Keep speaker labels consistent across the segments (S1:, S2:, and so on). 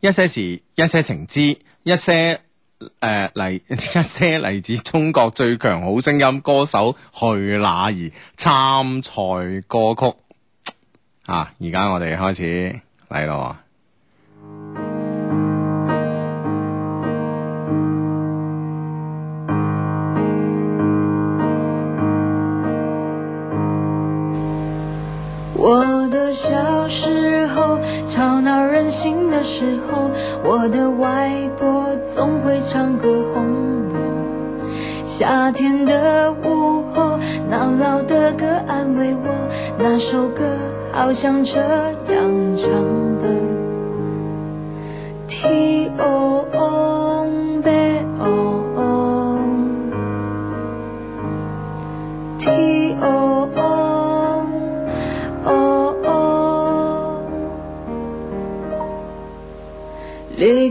S1: 一些事，一些情之，一些诶嚟、 一些嚟自中國最強好聲音歌手去哪兒參賽歌曲啊！而家我哋開始嚟咯喎。
S2: 我的小时候，吵闹任性的时候，我的外婆总会唱歌哄我。夏天的午后，姥姥的歌安慰我，那首歌好像这样唱的：T O O B O O。T O O O O。离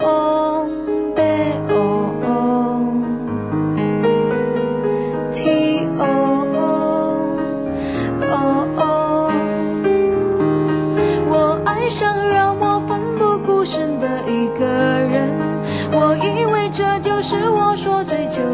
S2: O B O O T O O O O，我爱上让我奋不顾身的一个人，我以为这就是我所追求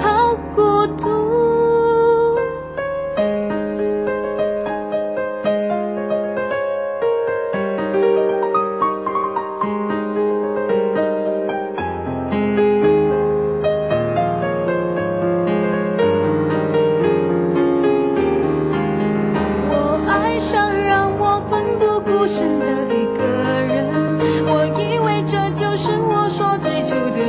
S2: 好孤独。我爱上让我奋不顾身的一个人，我以为这就是我所追求的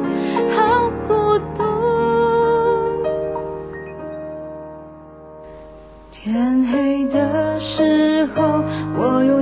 S2: 好孤独。天黑的时候，我又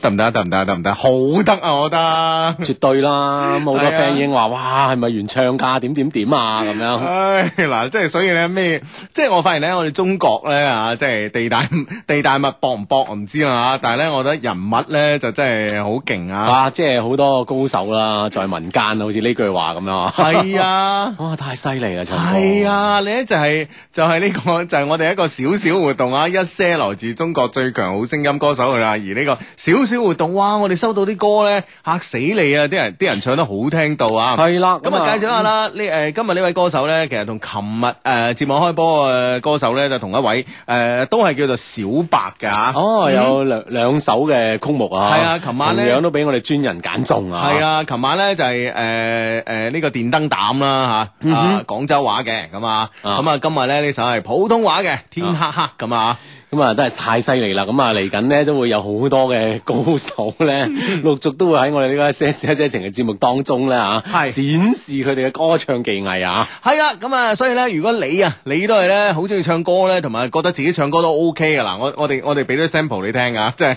S1: 得唔得？得唔得？得唔得？好得啊！我覺得。
S3: 絕對 啦，咁好多
S1: 係啊
S3: friend 已經話：哇，係咪原唱㗎？點點點啊 咁樣。
S1: 唉，嗱，即係所以咧，咩？即係我發現咧，我哋中國咧啊，即係地大 地大物博唔博我唔知啦，但係咧，我覺得人物咧就真係好勁啊！
S3: 哇！即係好多高手啦，在民間好似呢句話咁樣啊。
S1: 係啊。
S3: 哇！太犀利啦，唱歌
S1: 係，啊，你咧就係、就係、呢、個 就係、我哋一個小小活動啊，一些來自中國最強好聲音歌手去啊啦。而呢個小小活動，哇！我哋收到啲歌咧嚇死你啊！啲人啲人唱得好聽到啊，
S3: 係啦。
S1: 咁啊，介紹下啦，呢誒今日呢位歌手咧，其實同琴日誒節目開波嘅歌手咧，就同一位誒、呃都係叫做小白嘅嚇。
S3: 哦，有兩兩首嘅曲目
S1: 嗯
S3: 啊，
S1: 係啊琴晚呢
S3: 同樣都俾我哋專人揀中啊，
S1: 係，啊，琴晚咧就係誒誒呢個電燈膽啦嚇，
S3: 嗯哼
S1: 啊廣州話嘅咁啊，
S3: 啊
S1: 咁啊今日咧呢首係普通話嘅天黑黑咁啊，
S3: 咁啊，真係太犀利啦！咁啊，嚟緊咧都會有好多嘅高手 咧，陸續都會喺我哋呢個一些事一些情嘅節目當中咧嚇，展
S1: 係
S3: 示佢哋嘅歌唱技藝啊！
S1: 係啦，咁啊，所以咧，如果你啊，你都係咧，好中意唱歌咧，同埋覺得自己唱歌都 OK 噶嗱，我我哋我哋俾啲 sample 你聽啊，即 係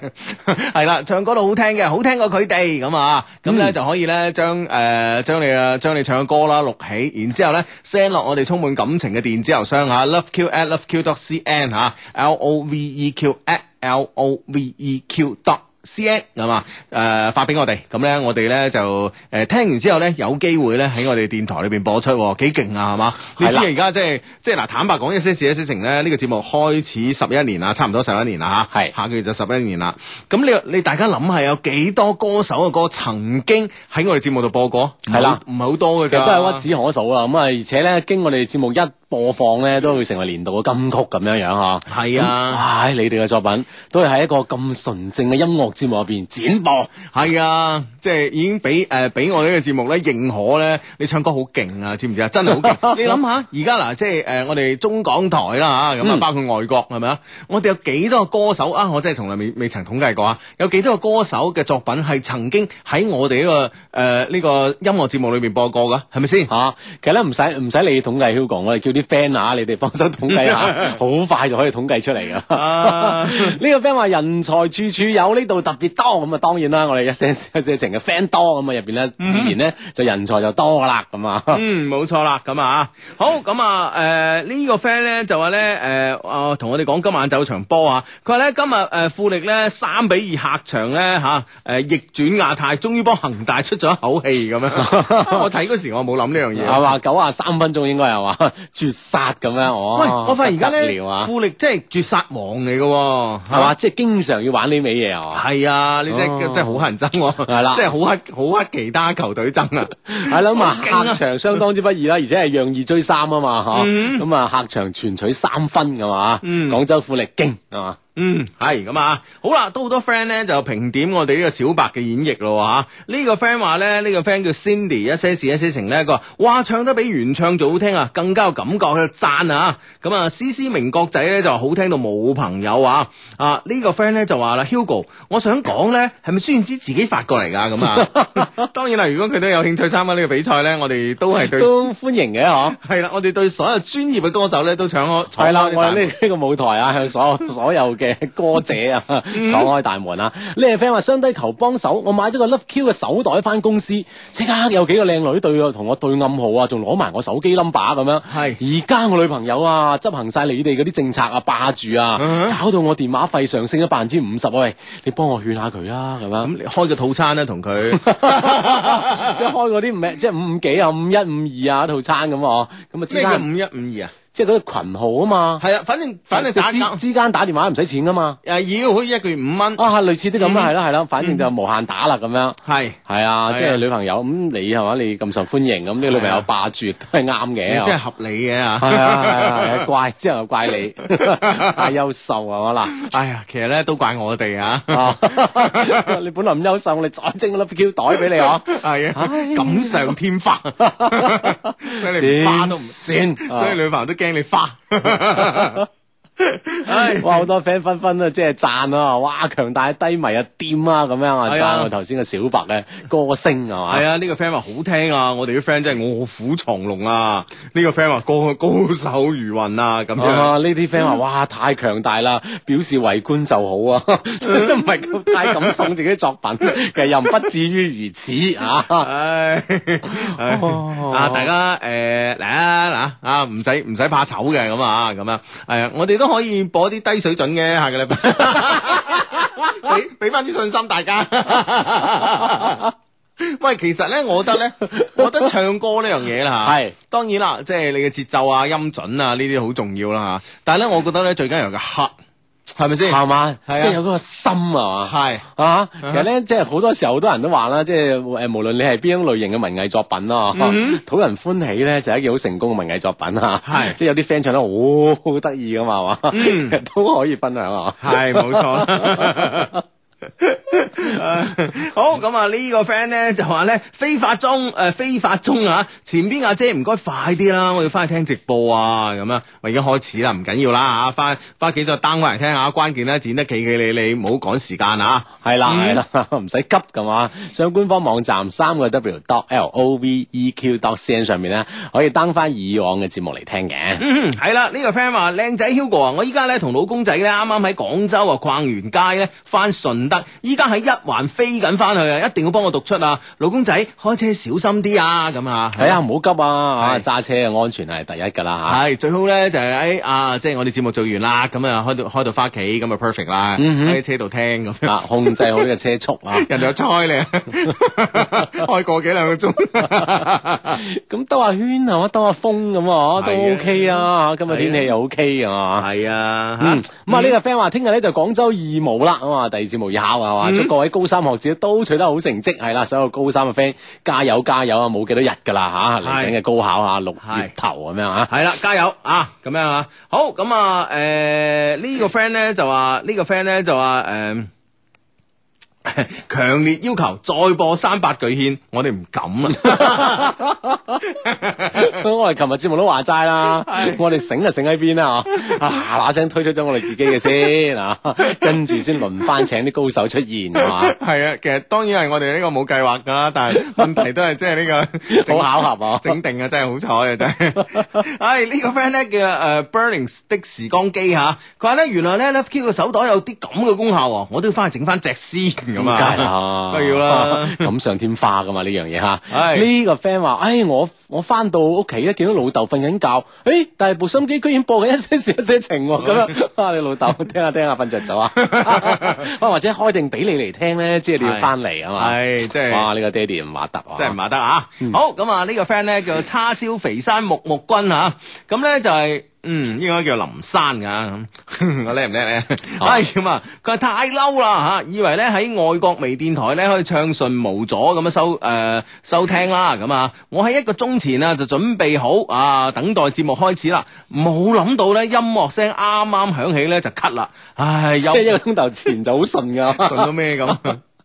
S1: 係啦，唱歌都好聽嘅，好聽過佢哋咁啊，咁咧、
S3: 嗯
S1: 就可以咧將誒將你啊將你唱嘅歌啦錄起，然之後咧 send 落我哋充滿感情嘅電子郵箱嚇，loveq at loveq dot cn 嚇、l o v e q at l o v e q dot C N 係嘛？誒、發俾我哋，咁咧我哋咧就誒、聽完之後咧有機會咧喺我哋電台裏邊播出喎，幾勁啊係嘛？你知
S3: 係啦
S1: 而家即係即係嗱，坦白講一些事一些情咧，呢、個節目開始十一年啦，差唔多十一年啦嚇，
S3: 係
S1: 下個月就十一年啦。咁你你大家諗下有幾多歌手嘅歌曾經喺我哋節目度播過？
S3: 係啦
S1: 唔係好唔係好多嘅
S3: 其
S1: 咋，
S3: 實都係屈指可數啦。咁啊，而且咧經我哋節目一播放咧，都會成為年度嘅金曲咁樣樣嚇。
S1: 係啊。
S3: 唉，你哋嘅作品都係喺一個咁純正嘅音樂節目入邊展播。
S1: 系啊，即系已經俾诶俾我呢個節目咧認可咧，你唱歌好勁啊，知唔知啊？真係好勁！你諗下，而家嗱，即係诶我哋中港台啦吓，咁啊
S3: 嗯
S1: 包括外國係咪啊？我哋有幾多個歌手啊？我真係從來未未曾統計過啊！有幾多個歌手嘅作品係曾經喺我哋呢個诶呢個音樂節目裏边播過噶？係咪先？
S3: 吓、其實咧唔使唔使你統計 Hugo，我哋叫啲 friend 啊，你哋幫手統計 下，好快就可以統計出嚟噶。
S1: 啊
S3: 呢個 friend 話人才處處有，呢度特別多咁啊，當然啦，我哋一些事一些情嘅 friend 多咁啊，入邊咧自然咧就人才就多㗎啦咁啊。
S1: 嗯，冇錯啦，咁啊，好咁啊，诶、呢、個 friend 咧就話咧，诶、啊同我哋講今晚走場波啊，佢話咧今日诶、誒富力咧三比二客場咧吓，诶、逆轉亞太，終於幫恒大出咗一口氣咁樣。 啊我睇嗰時我冇諗呢樣嘢。
S3: 係嘛？九啊三分鐘應該係嘛？ 絕殺咁樣我。
S1: 喂，我發現而家
S3: 哦不得
S1: 咧
S3: 了，啊
S1: 富力真係絕殺王嚟嘅喎，
S3: 係嘛？？即係經常要玩呢味嘢啊。
S1: 係啊，你真係
S3: 哦
S1: 真係好乞人憎喎，
S3: 係啦
S1: 真係好乞好乞其他球隊爭啊！
S3: 係啦，咁啊
S1: 好 勁啊
S3: 客場相當之不易啦，而且係讓二追三啊嘛，吓
S1: 嗯
S3: 咁啊客場全取三分噶嘛，
S1: 嗯
S3: 廣州富力勁係嘛，
S1: 嗯，係咁啊，好啦，都好多 friend 咧就評點我哋呢個小白嘅演繹咯吓。呢、個 friend 話咧，呢、個 friend 叫 Cindy，一些事一些情咧，佢話哇唱得比原唱仲好聽啊，更加有感覺嘅讚啊。咁啊，思思明國仔咧就話好聽到冇朋友啊。啊，呢、個 friend 咧就話啦，Hugo，我想講咧，係咪孫燕姿自己發過嚟㗎咁 啊？當然啦，如果佢都有興趣參加呢個比賽咧，我哋都係對。
S3: 都歡迎嘅嗬。
S1: 係啦，我哋對所有專業嘅歌手咧都搶開，
S3: 係啦，
S1: 闖開啲大門
S3: 我哋呢呢個舞台啊， 向所有所有嘅歌者啊，
S1: 嗯
S3: 闖開大門啊！呢個 friend 話雙低求幫手，我買咗個 Love Q 嘅手袋翻公司，即刻有幾個靚女對我同我對暗號啊，仲攞埋我手機 number 啊咁樣。
S1: 係
S3: 而家我女朋友啊，執行晒你哋嗰啲政策啊，霸住
S1: 嗯
S3: 啊，搞到我電話費上升咗百分之五十。喂，你幫我勸下佢啦，咁樣。
S1: 咁你開個套餐啦，同 佢。
S3: 即係開嗰啲唔係，即係五五幾啊、五一、五二啊套餐咁啊，咁啊之
S1: 咩叫
S3: 間
S1: 五一五二啊？
S3: 即係嗰啲群號啊嘛，
S1: 係啊，反正反正打交
S3: 之之間打電話唔使錢噶嘛。
S1: 誒要好似一個月五蚊，
S3: 啊，類似啲咁
S1: 嗯
S3: 啦，係啦係啦，反正就無限打啦咁樣。
S1: 係
S3: 係
S1: 係
S3: 啊，
S1: 啊
S3: 即係女朋友咁你係嘛？你咁受歡迎咁，你女朋
S1: 係啊嗯
S3: 友霸住都係啱嘅。
S1: 即係合理嘅啊。
S3: 係啊係啊 係啊，怪之後又怪你太優秀啊係嘛嗱。
S1: 哎呀，其實咧都怪我哋啊。
S3: 啊！ 你本來咁優秀，我哋再整個粒 Q 袋俾你嗬，
S1: 係啊
S3: 唉，
S1: 錦上添花，所以你唔花都唔，
S3: 算？
S1: 所以女朋友都驚你花。唉，
S3: 哇！好多 friend 紛紛啊，即係讚啊，哇！強大低迷啊，掂啊，咁樣啊，
S1: 係啊
S3: 讚我頭先嘅小白咧歌聲係嘛？
S1: 係啊，呢個 friend 話好聽啊，我哋啲 friend 真係卧虎藏龍啊。呢個 friend 話高高手如雲啊，咁樣。嗯
S3: 啊！呢啲 friend 話：哇，太強大啦，表示為官就好啊， 所以都唔係咁太敢送自己作品，其實又不至於如此啊！
S1: 唉，唉
S3: 哦
S1: 啊！大家誒嚟啊嗱啊，唔使唔使怕醜嘅咁啊咁啊誒，我哋都可以播啲低水準嘅下個禮 拜，俾俾翻啲信心大家。 喂，其實咧，我覺得 咧，我覺得唱歌呢樣嘢啦嚇，
S3: 係
S1: 當然啦，即係你嘅節奏啊、音準啊呢啲好重要啦嚇。但係咧，我覺得咧最緊要有個 heart，係咪先？
S3: 係嘛？
S1: 係啊
S3: 即係有嗰個心啊嘛。
S1: 係。
S3: 啊，其實咧，即係好多時候，好多人都話啦，即係誒，無論你係邊種類型嘅文藝作品啦，
S1: 嗯
S3: 討人歡喜咧就係一件好成功嘅文藝作品啊。
S1: 係
S3: 即係有啲 friend 唱得好 好得意噶嘛，係嘛，
S1: 嗯
S3: 其實都可以分享啊。
S1: 系冇錯啦。好咁啊！呢個 friend 咧就話咧非法中誒非法中啊！前邊阿姐唔該快啲啦，我要翻去聽直播啊！咁啊，我已經開始啦，唔緊要啦嚇，翻翻幾再 down 翻嚟聽下，關鍵咧剪得企企理理，唔好趕時間啊！
S3: 係啦係
S1: 嗯
S3: 啦， 唔使急噶嘛。上官方網站三個 W dot L O V E Q dot C N 上面咧，可以 down 翻以往嘅節目嚟聽嘅。
S1: 嗯，係啦，呢、個 friend 話靚仔 Hugo 啊，我依家咧同老公仔咧啱啱喺廣州啊逛完街咧，翻順德，依家喺一環飛緊翻去啊，一定要幫我讀出啊！老公仔開車小心啲啊，咁啊，
S3: 係啊，唔好急啊！啊
S1: 係
S3: 揸車嘅安全係第一㗎啦
S1: 係最好咧，就係喺啊，即係我哋節目做完啦，咁啊開到開到翻屋企，咁啊 perfect 啦，
S3: 嗯哼
S1: 喺車度聽咁
S3: 嚇。
S1: 樣，
S3: 啊，控制好呢個車速啊！
S1: 人哋又猜你， 開過幾兩個鐘，
S3: 咁兜下圈係嘛，兜下風咁啊，都
S1: 係啊
S3: OK 啊！今日天氣又 OK 啊！
S1: 係啊，
S3: 嗯，
S1: 嚇
S3: 咁啊呢個 friend 話聽日咧就廣州義務啦，咁啊第二節目以考係嘛，
S1: 嗯
S3: 祝各位高三學子都取得好成績，係啦，所有高三嘅 friend 加油加油啊，冇幾多日㗎啦吓，嚟緊嘅高考啊，六月
S1: 係
S3: 頭咁樣啊，
S1: 係啦，加油啊！咁樣啊，好咁啊，誒、呢、個 friend 咧就話，呢、個 friend 咧就話，誒、強烈要求再播三八巨獻，我哋唔敢 啊！
S3: 我哋琴日節目都話齋啦
S1: 係，
S3: 我哋醒就醒喺邊啦嚇，啊嗱聲推出咗我哋自己嘅先啊，跟住先輪番請啲高手出現係嘛，
S1: 係啊，其實當然係我哋呢個冇計劃㗎啦，但係 問題都係即係呢個整
S3: 好巧合啊！
S1: 整定啊，真係好彩啊，真 係。唉，呢個 friend 咧叫誒 Burnings 的時光機嚇，佢話咧原來咧 Love Q 個手袋有啲咁嘅功效喎，我都要翻去整翻隻先咁
S3: 梗係
S1: 啊。
S3: 啦，啊
S1: 梗係要啦
S3: 錦上添花噶嘛呢樣嘢吓。
S1: 係
S3: 呢個 friend 話：，唉，我我翻到屋企咧，見到老豆瞓緊覺，誒，但係部心機居然播緊一些事一些情喎，咁樣，
S1: 嗯
S3: 啊，你老豆聽下聽下瞓 着咗啊，啊，或者開定俾你嚟聽咧，即係你要翻嚟啊嘛。
S1: 係，即係。
S3: 哇！呢個爹哋唔話得啊，
S1: 真係唔話得啊！好咁啊，呢個 friend 咧叫叉燒肥山木木君啊，咁咧就係、嗯，應該叫林山噶咁， 我叻唔叻咧？
S3: 哦
S1: 哎咁啊，佢話太嬲啦嚇，以為咧喺外國微電台咧可以暢順無阻咁樣收誒、呃收聽啦咁啊，我喺一個鐘前啊就準備好啊，等待節目開始啦，冇諗到咧音樂聲啱啱響起咧就咳啦，唉
S3: 即
S1: 又
S3: 係一個鐘頭前就好順噶，
S1: 順到咩咁？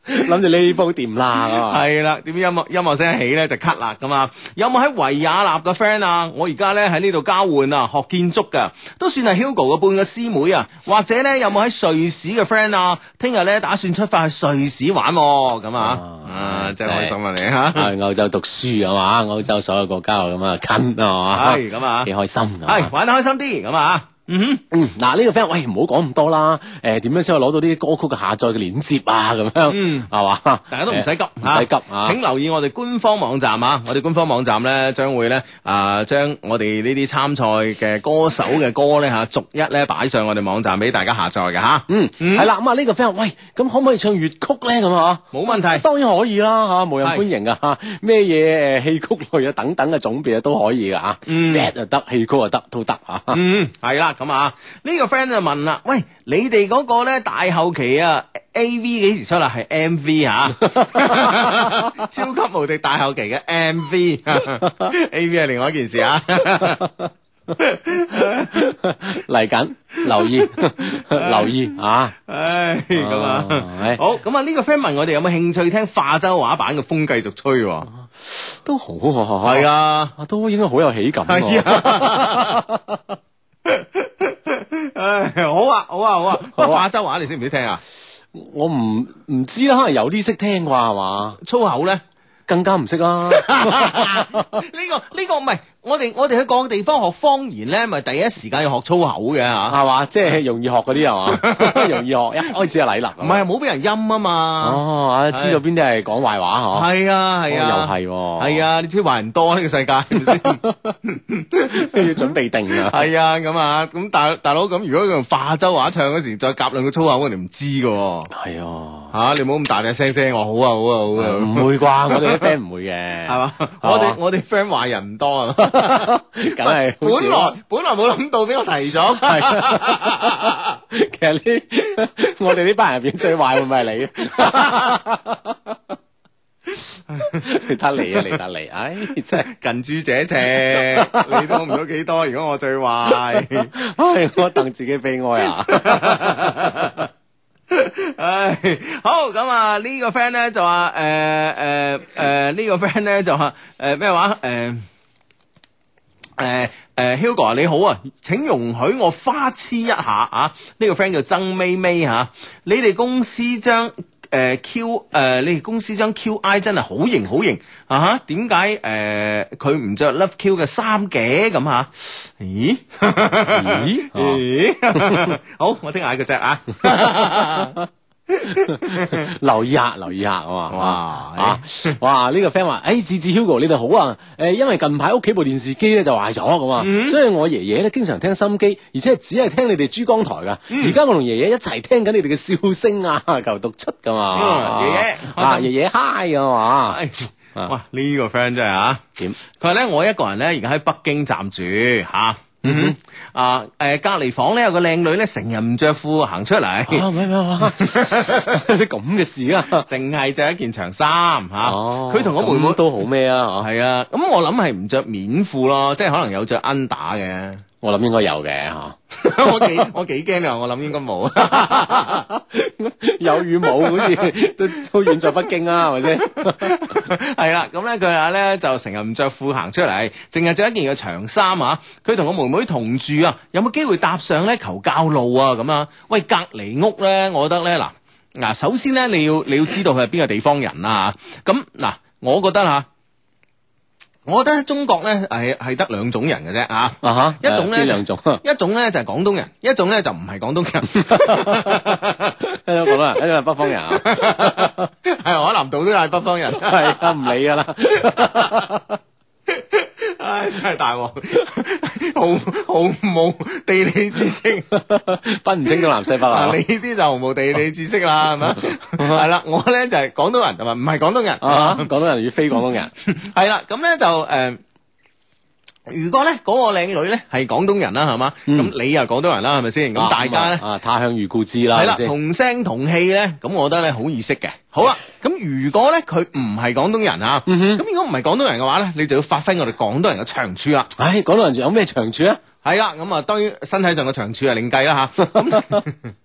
S3: 諗住呢鋪掂啦啊
S1: 系啦，點知音樂音樂聲一起咧就咳啦咁啊！有冇喺維也納嘅 friend 啊？我而家咧喺呢度交換啊，學建築噶，都算係 Hugo 嘅半個師妹啊。或者咧有冇喺瑞士嘅 friend 啊？聽日咧打算出發去瑞士玩喎咁啊！
S3: 啊
S1: 啊，真係
S3: 真係
S1: 開心啊你吓，
S3: 啊！去歐洲讀書啊嘛，歐洲所有國家咁啊近啊嘛，
S1: 係咁啊
S3: 幾開心啊！
S1: 係玩得開心啲咁啊！嗯
S3: 嗯，嗱呢個 friend，喂唔好講咁多啦，誒點樣先可以攞到呢啲歌曲嘅下載嘅鏈接啊？咁樣，
S1: 嗯
S3: 係嘛？
S1: 大家都唔使急，
S3: 唔使急啊！
S1: 請留意我哋官方網站啊！我哋官方網站咧將會咧啊將我哋呢啲參賽嘅歌手嘅歌咧嚇逐一咧擺上我哋網站俾大家下載嘅嚇。
S3: 嗯，
S1: 嗯
S3: 係啦，咁啊呢個 friend，喂，咁可唔可以唱粵曲咧？咁啊，
S1: 冇問題，
S3: 當然可以啦，嚇，無人歡迎啊，嚇咩嘢誒戲曲類啊等等嘅種別啊都可以噶嚇
S1: 嗯
S3: ，rap 又得，戲曲又得，都得啊。
S1: 嗯，係啦，咁啊，呢、個 friend 就問啦，喂，你哋嗰個咧大後期啊，A V 幾時出啦？係 M V 啊，超級無敵大後期嘅 M V，A V 係另外一件事啊。
S3: 嚟緊，留意 留意啊！
S1: 唉，咁 啊
S3: 唉，
S1: 好，咁啊呢個 friend 問我哋有冇興趣聽化州話版嘅風繼續吹喎？
S3: 都好啊，
S1: 係啊，
S3: 啊，都應該好有喜感
S1: 係
S3: 喎
S1: 啊。唉，好啊，好啊，好啊！不過
S3: 好啊
S1: 化州話你識唔識聽啊？
S3: 我唔唔知啦，可能有啲識聽啩，係嘛？
S1: 粗口咧？
S3: 更加唔識 啦。
S1: 呢個呢個唔係我哋我哋去各個地方學方言咧，咪第一時間要學粗口嘅嚇。
S3: 係嘛？即係容易學嗰啲係嘛？ 容易學，一開始就禮啦。
S1: 唔係冇俾人陰啊嘛。
S3: 哦，啊知道邊啲係講壞話嗬？
S1: 係啊係啊，
S3: 哦又係喎
S1: 係啊，你知華人多呢個世界係咪先？
S3: 要準備定啊。
S1: 係啊，咁啊，咁大大佬咁，如果佢用化州話唱嗰時，再夾兩個粗口，我哋唔知嘅喎。
S3: 係啊，
S1: 吓、你唔好咁大隻聲聲，我好啊，好啊，好啊，
S3: 唔會啩？我哋啲 friend 唔會嘅，
S1: 係嘛？我哋我哋 friend 壞人唔多 啊，
S3: 梗係好
S1: 本
S3: 少啊
S1: 來本來冇諗到，俾我提咗。啊
S3: 其實呢， 我哋呢班人入邊最壞會唔會係你？ 你得你啊，你得你，唉，真係，
S1: 近朱者赤，你都唔到幾多。如果我最壞，
S3: 唉，我戥自己悲哀啊！
S1: 唉，好咁啊！呢個 friend 咧就話誒誒誒呢個 friend 咧就話誒咩話誒誒誒 Hugo 啊你好啊，請容許我花痴一下啊！呢、個 friend 叫曾咪咪嚇、你哋公司將。誒、Q 誒、你哋公司張 QI 真係好型好型啊哈！點解誒佢唔着 Love Q 嘅衫嘅咁嚇？咦 哦
S3: 咦啊
S1: 咦， 好，我聽下佢只 啊。
S3: 留意下，留意下啊嘛，
S1: 哇
S3: 啊，哇！呢個 friend 話：，誒，志志 Hugo 你哋好啊，誒，因為近排屋企部電視機咧就壞咗咁啊，
S1: 嗯
S3: 所以我爺爺咧經常聽心機，而且只係聽你哋珠江台噶。而家我同爺爺一齊聽緊你哋嘅笑聲啊，求讀出噶嘛，
S1: 嗯爺爺
S3: 啊，爺爺嗨啊嘛，
S1: 唉
S3: 啊
S1: 哎哇！呢、個 friend 真係啊，
S3: 點？
S1: 佢話咧我一個人咧而家喺北京暫住吓。嗯哼，啊，誒、隔離房咧有個靚女咧，成日唔着褲行出嚟，
S3: 啊，唔係唔係唔係啲咁嘅事啊，
S1: 淨係着一件長衫吓。
S3: 哦
S1: 佢同、我妹妹
S3: 咁都好咩啊？嚇
S1: 係啊，咁我諗係唔着棉褲咯，即係可能有着 under 嘅。
S3: 我諗應該有嘅嚇，
S1: 我幾我幾驚你話啊我諗應該冇。
S3: 有與冇好似都都遠在北京啊，係咪先？
S1: 係啦，咁咧佢話咧就成日唔着褲行出嚟，淨係着一件嘅長衫啊。佢同我妹妹同住啊，有冇機會搭上咧求教路啊？咁啊，喂，隔離屋咧，我覺得咧嗱嗱，首先咧你要你要知道佢係邊個地方人啊。咁嗱，我覺得吓，我覺得中國咧係係得兩種人嘅啫啊。
S3: 啊
S1: 一種咧
S3: 呢 兩種，
S1: 一種咧就係廣東人，一種咧就唔係廣東人，
S3: 一種廣東人，一種係北方人啊，
S1: 係海南島都係北方人。
S3: 係啊，唔理噶啦，
S1: 唉，真係大鑊， 毫毫冇地理知 識。
S3: 分唔清東南西北啊
S1: 啊，你，呢啲就毫無地理知識啦，係 咪？係啦，我咧就係廣東人，同埋唔係廣東人。
S3: 啊，廣東人與非廣東人，
S1: 係啦，咁咧就誒。如果咧嗰個靚女咧係廣東人啦，係嘛？咁、
S3: 嗯
S1: 你又係廣東人啦，係咪先？咁
S3: 啊
S1: 大家咧
S3: 啊，他鄉遇故知啦，
S1: 係啦，
S3: 係咪先
S1: 同聲同氣咧，咁我覺得咧好易識嘅。好啦，咁如果咧佢唔係廣東人啊，咁、
S3: 嗯哼
S1: 如果唔係廣東人嘅話咧，你就要發揮我哋廣東人嘅長處啊啦。
S3: 唉，廣東人仲有咩長處啊？
S1: 係啦，咁啊，當然身體上嘅長處係另計啦吓。咁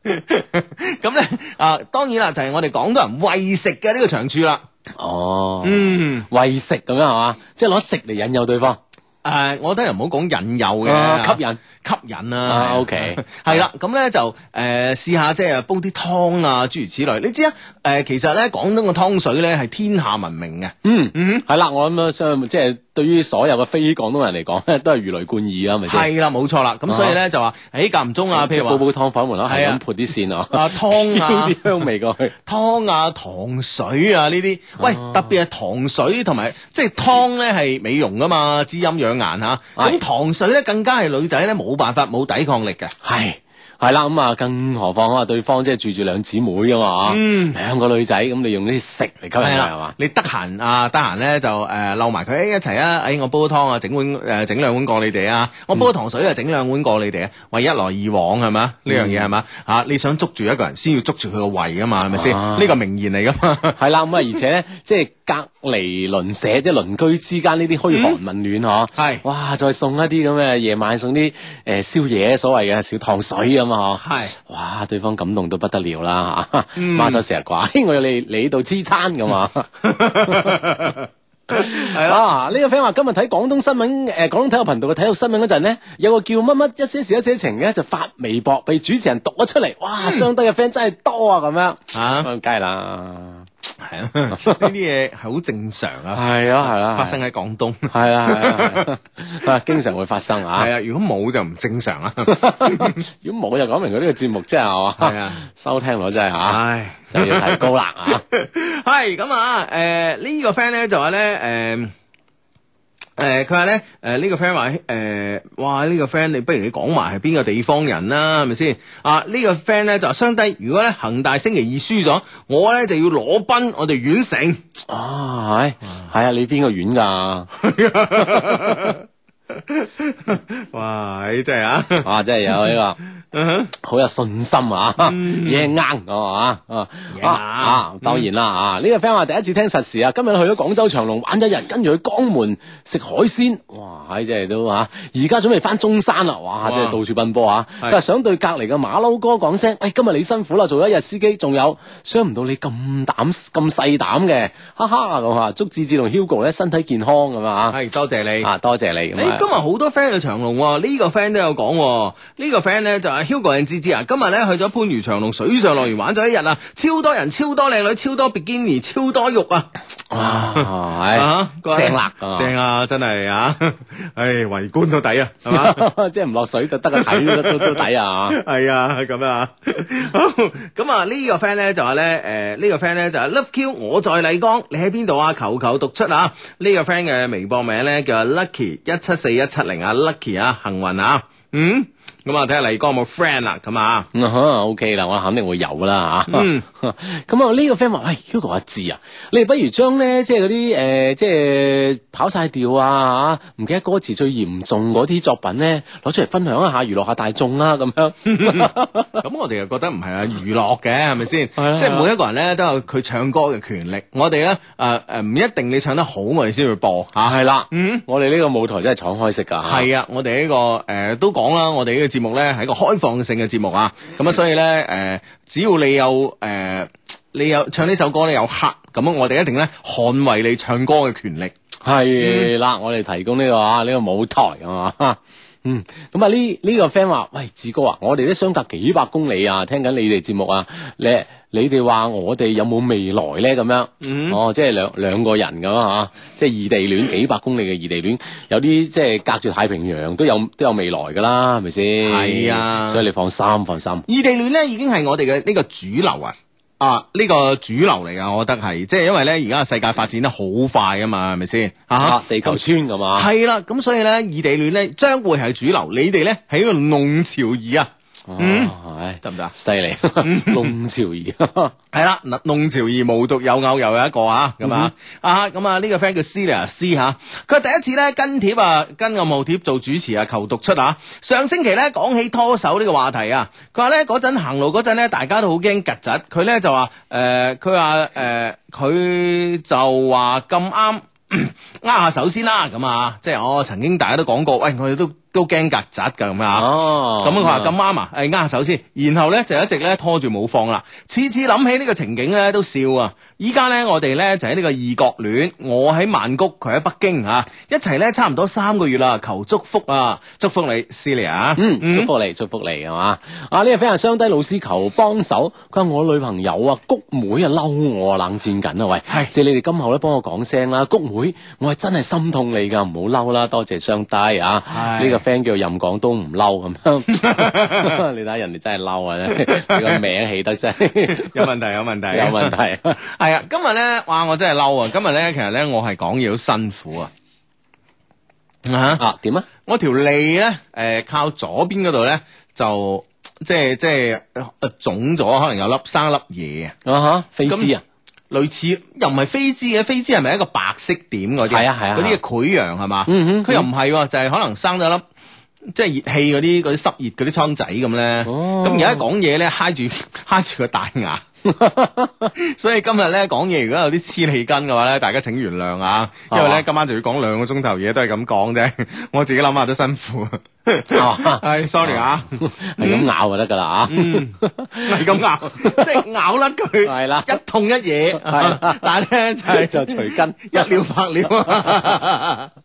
S1: 咁咧啊，當然啦，就係我哋廣東人餵食嘅呢個長處啦。
S3: 哦，
S1: 嗯，
S3: 為食咁樣係嘛，即係攞食嚟引誘對方，
S1: 誒、我覺得又唔好講引誘
S3: 啊
S1: 嘅，
S3: 吸引，
S1: 吸引
S3: 啊
S1: 啊
S3: ，OK
S1: 係啦，咁咧就誒試下即係煲啲湯啊，諸如此類。你知啊，誒其實咧廣東嘅湯水咧係天下聞名嘅。
S3: 嗯。
S1: 嗯，
S3: 係啦，我諗啊，相即係對於所有嘅非廣東人嚟講 咧，都係如雷貫耳啊啦，係咪先？
S1: 係啦，冇錯啦。咁所以咧就話，誒間唔中啊，譬
S3: 啊即係
S1: 如話
S3: 煲煲湯粉門口係
S1: 係啊
S3: 咁潑啲線 啊，
S1: 啊湯啊
S3: 飄。啲香味過去。
S1: 湯啊、糖水啊呢啲，喂，
S3: 哦
S1: 特別係糖水同埋即係湯咧係美容噶嘛，滋陰養顏嚇。咁
S3: 係
S1: 糖水咧更加係女仔咧冇辦法冇抵抗力嘅。
S3: 係係啦，咁啊，更何況啊，對方即係住住兩姊妹噶嘛，
S1: 嗯
S3: 兩個女仔，咁你用呢啲食嚟吸引佢係嘛？
S1: 你得閒啊，得閒咧就誒溜埋佢，誒一齊啊，誒我煲湯啊，整碗誒整兩碗過你哋啊，我煲糖水啊，整兩碗過你哋啊。喂，一來二往係嘛？呢樣嘢係嘛？嚇，你想捉住一個人，先要捉住佢個胃噶嘛，係咪先？
S3: 啊
S1: 呢個名言嚟噶嘛。
S3: 係啦，咁啊，而且咧， 即係隔離鄰舍，即係鄰居之間呢啲噓寒問暖嗬，
S1: 係
S3: 哇，再送一啲咁嘅夜晚送啲誒宵夜，所謂嘅小糖水咁啊，嗬，
S1: 係
S3: 哇，對方感動到不得了啦嚇，
S1: 嗯
S3: 馬手成日掛， 哎嘿我要你你度黐餐咁啊！
S1: 係
S3: 係啦，啊呢個 friend 話今日睇廣東新聞，誒廣東體育頻道嘅體育新聞嗰陣咧，有個叫乜乜一些事一些情嘅就發微博，被主持人讀咗出嚟，哇！相低嘅 friend 真係多啊，咁樣，
S1: 嗯啊
S3: 咁梗係啦，
S1: 係啊，呢啲嘢係好正常啊，
S3: 係啊，係啦
S1: 發生喺廣東。
S3: 係啦，係啦係啦，啊， 經常會發生
S1: 係
S3: 啊。
S1: 啊，如果冇就唔正常啦。 啊
S3: 如果冇就講明佢呢個節目真係係嘛，
S1: 係啊，
S3: 收聽率真係嚇，
S1: 唉，
S3: 就要提高啦啊！
S1: 係咁啊，誒呢個 friend 咧就話咧，誒。誒佢話咧，誒呢個 friend 話誒，哇呢個 friend 你不如你講埋係邊個地方人啦，係咪先？啊呢個 friend 咧就話相低，如果咧恒大星期二輸咗，我咧就要攞賓我哋縣城。
S3: 啊，係係啊，你邊個院㗎？
S1: 哇！真係啊，
S3: 啊，真係有呢
S1: 啊嗯
S3: 好有信心啊，
S1: 嗯
S3: 嘢啱係嘛啊
S1: 嘢啱
S3: 啊啊！當然啦啊，呢個 friend 話第一次聽實時啊，今日去咗廣州長隆玩咗一日，跟住去江門食海鮮，哇！唉真係都嚇，而家準備翻中山啦，哇！
S1: 哇
S3: 真係到處奔波啊！
S1: 係
S3: 佢話想對隔離嘅馬騮哥講聲，喂，今日你辛苦啦，做咗一日司機，仲有想唔到你咁膽咁細膽嘅，哈哈咁啊！祝志志同 Hugo 咧身體健康咁
S1: 哼，
S3: 啊！
S1: 係多謝你。
S3: 啊，多謝你
S1: 你
S3: 咁啊！
S1: 今日好多 friend 去長隆喎，呢、個 friend 都有講喎，呢、個 friend 咧就係 Hugo 人芝芝啊，今日咧去咗番禺長隆水上樂園玩咗一日啊，超多人，超多靚女，超多 bikini，超多肉 啊！
S3: 啊，唉
S1: 啊，
S3: 正辣啊
S1: 正啊，真係啊， 唉，圍觀到底啊， 係嘛？
S3: 即係唔落水就得個睇都都都抵 啊！
S1: 係啊，咁啊，好咁啊，呢個 friend 咧就話咧，誒呢個 friend 咧就係 Love Q，我在麗江，你喺邊度啊？求求讀出啊！呢個 friend 嘅微博名咧叫 Lucky 一七四一七零啊，Lucky 啊，幸運啊，嗯，咁啊睇下麗江有冇 friend 啦，咁 啊，
S3: 嗯哼，OK 啦，我肯定會有啦嚇。
S1: 嗯
S3: 咁啊呢個 friend 話：，喂，Hugo 阿志啊，你哋不如將咧即係嗰啲誒即係跑晒調啊嚇，唔記得歌詞最嚴重嗰啲作品咧，攞出嚟分享一下，娛樂下大眾啦咁樣。
S1: 咁我哋又覺得唔係啊娛樂嘅，係咪先？
S3: 係啊啦
S1: 即係每一個人咧都有佢唱歌嘅權利，我哋咧誒誒唔一定你唱得好，我哋先會播嚇，
S3: 啊係啦
S1: 嗯。
S3: 我哋呢個舞台真係敞開式㗎。嚇
S1: 係啊，我哋呢、個誒、呃都講啦，我哋呢個節目咧係一個開放性嘅節目啊，咁啊所以咧誒、呃只要你有誒、呃你有唱呢首歌咧有黑，咁啊我哋一定咧捍衞你唱歌嘅權利。
S3: 係啦，我哋提供呢、個啊呢、個舞台啊嘛。 嗯，咁啊呢呢個 friend 話，喂志哥啊，我哋都相隔幾百公里啊，聽緊你哋節目啊，你你哋話我哋有冇未來咧咁樣？
S1: 嗯
S3: 哦，即係兩兩個人咁啊，即係異地戀幾百公里嘅異地戀，有啲即係隔住太平洋都有都有未來㗎啦，係咪先？
S1: 係啊
S3: 所以你放心放心。
S1: 異地戀咧已經係我哋嘅呢個主流啊！啊！呢、個主流嚟噶，我覺得係，即係因為咧，而家世界發展得好快啊嘛，係咪先
S3: 啊，地球村咁啊，
S1: 係啦，咁所以咧，異地戀咧將會係主流，你哋咧喺度弄潮兒啊，嗯
S3: 哦唉，
S1: 得唔得啊？
S3: 犀利， 弄潮 兒。
S1: 系啦，嗱，弄潮兒無獨有偶，又有一個啊，咁啊，啊，咁啊，呢個 friend 叫 Celia C 吓，佢第一次咧跟帖啊，跟暗號貼做主持啊，求讀出啊。上星期咧講起拖手呢個話題啊，佢話咧嗰陣行路嗰陣咧，大家都好驚曱甴，佢咧就話誒，佢話誒，佢就話咁啱。 握下手先啦，咁啊，即係我曾經大家都講過，喂，我哋都都驚曱甴㗎咁啊，
S3: 哦
S1: 咁佢話咁啱啊，誒握下手先，然後咧就一直咧拖住冇放啦。次次諗起呢個情景咧都笑啊！依家咧我哋咧就喺呢個異國戀，我喺曼谷，佢喺北京啊，一齊咧差唔多三個月啦，求祝福啊！祝福你，Celia 啊
S3: 嗯，祝福你，祝福你係嘛？啊，呢個 friend 係雙低老師求幫手，佢話我女朋友啊，谷妹啊嬲我啊，冷戰緊啊，喂，
S1: 係
S3: 即係你哋今後咧幫我講聲啦，谷妹，我係真係心痛你㗎，唔好嬲啦，多謝雙低啊，
S1: 係
S3: 呢個 friend 叫任廣東唔嬲咁樣， 你睇下人哋真係嬲啊，你個名起得真係
S1: 有問題，有問題，
S3: 有問。題，
S1: 係啊，今日咧，哇！我真係嬲啊！今日咧，其實咧，我係講嘢好辛苦啊。啊！
S3: 啊點啊？
S1: 我條脷咧，誒、靠左邊嗰度咧，就即係即係呃腫咗，可能有粒生粒嘢啊，
S3: 啊哈，飛枝啊，
S1: 類似又唔係飛枝嘅，飛枝係咪一個白色點嗰啲？
S3: 係啊係啊
S1: 嗰啲嘅潰瘍係嘛？
S3: 嗯哼
S1: 佢又唔係喎，就係、可能生咗粒。即係熱氣嗰啲、嗰啲濕熱嗰啲瘡仔咁咧，
S3: 哦
S1: 咁而家講嘢咧，揩住 揩住個大 牙，所以今日咧講嘢如果有啲黐脷根嘅話咧，大家請原諒啊，因為
S3: 係
S1: 咧
S3: 嘛
S1: 今晚就要講兩個鐘頭嘢都係咁講啫， 我自己諗下都辛苦。
S3: 嘛
S1: 係 sorry 啊，
S3: 哦係咁咬就得㗎啦 啊，
S1: 嗯係咁咬，即係咬甩佢，
S3: 係啦
S1: 一痛一嘢，
S3: 係啦
S1: 但係咧就係
S3: 就除根
S1: 一了百了。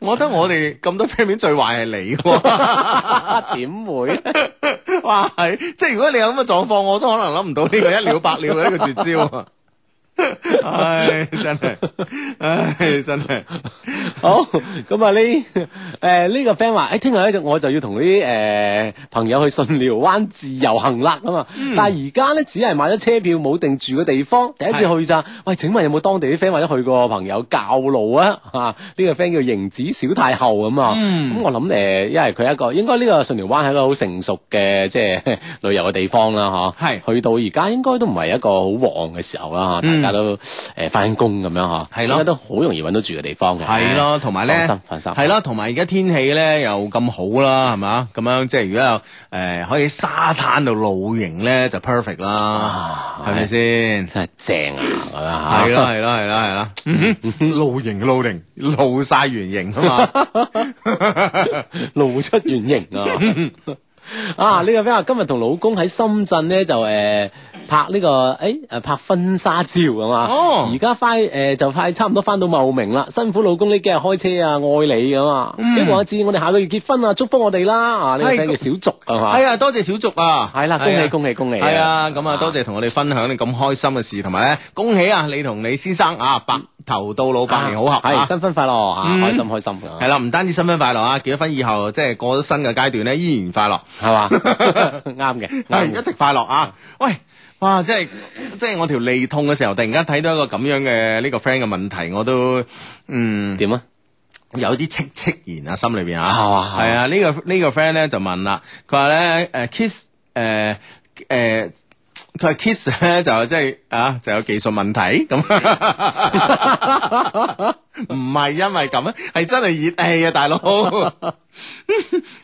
S1: 我覺得我哋咁多 friend 面最壞係你 喎。
S3: 點會？
S1: 哇，係，即係如果你有咁嘅狀況，我都可能諗唔到呢個一了百了嘅呢個絕招啊！ 唉，真係，唉，真係，
S3: 好，咁啊呢 誒呢個 friend 話，哎誒聽日咧我就要同啲誒朋友去順寮灣自由行啦咁啊，但係而家咧只係買咗車票，冇定住嘅地方，第一次去咋？喂，請問有冇當地啲 friend 或者去過嘅朋友教路啊？嚇、呢、個 friend 叫迎子小太后咁啊，咁、
S1: 嗯
S3: 我諗誒，因為佢一個應該呢個順寮灣係一個好成熟嘅即係 旅遊嘅地方啦，嚇、
S1: 係
S3: 去到而家應該都唔係一個好旺嘅時候啦，嚇
S1: 嗯
S3: 大家都诶翻工咁樣嗬，
S1: 係咯
S3: 應該都好容易揾到住嘅地方嘅。
S1: 係咯，同埋咧，
S3: 放心放心
S1: 係咯，同埋而家天氣咧又咁好啦，係嘛？咁樣即係如果有诶可以喺沙灘度露營咧，就 perfect 啦，
S3: 啊，
S1: 係咪先？
S3: 真係正啊咁
S1: 係
S3: 樣吓。
S1: 啦，係啦，係啦，係啦，嗯 露營露營露晒原形啊嘛，
S3: 露出原形啊！ 啊！呢、個咩啊？今日同老公喺深圳咧就诶、呃拍呢、個诶诶拍婚紗照啊嘛。
S1: 哦
S3: 而家快诶就快差唔多翻到茂名啦，辛苦老公呢幾日開車啊，愛你啊嘛。
S1: 嗯
S3: 希望我知我哋下個月結婚啊，祝福我哋啦！啊，呢、個
S1: 係
S3: friend 叫小竹啊嘛。
S1: 係啊，多謝小竹啊，
S3: 係啦，恭
S1: 係
S3: 喜
S1: 啊
S3: 恭喜恭喜！
S1: 係啊，咁啊，多謝同我哋分享你咁開心嘅事，同埋咧，恭喜啊，你同你先生啊，白頭到老，百年好合啊
S3: 係！新婚快樂啊！
S1: 嗯
S3: 開心開心
S1: 系啦，唔單止新婚快樂啊，結咗婚以後，即係過咗新嘅階段咧，依然快樂，
S3: 係嘛？啱嘅，啱
S1: 係
S3: 嘅
S1: 一直快樂啊！喂，哇，即係即係我條脷痛嘅時候，突然間睇到一個咁樣嘅呢個 friend 嘅問題，我都嗯
S3: 點啊？
S1: 有啲戚戚然啊，心裏边啊，
S3: 係嘛
S1: 係啊，呢個呢個 friend 咧就問啦，佢話咧诶 kiss 诶诶。佢話 kiss 咧就即係啊就有技術問題咁， 唔係因為咁啊，係真係熱氣啊，大佬，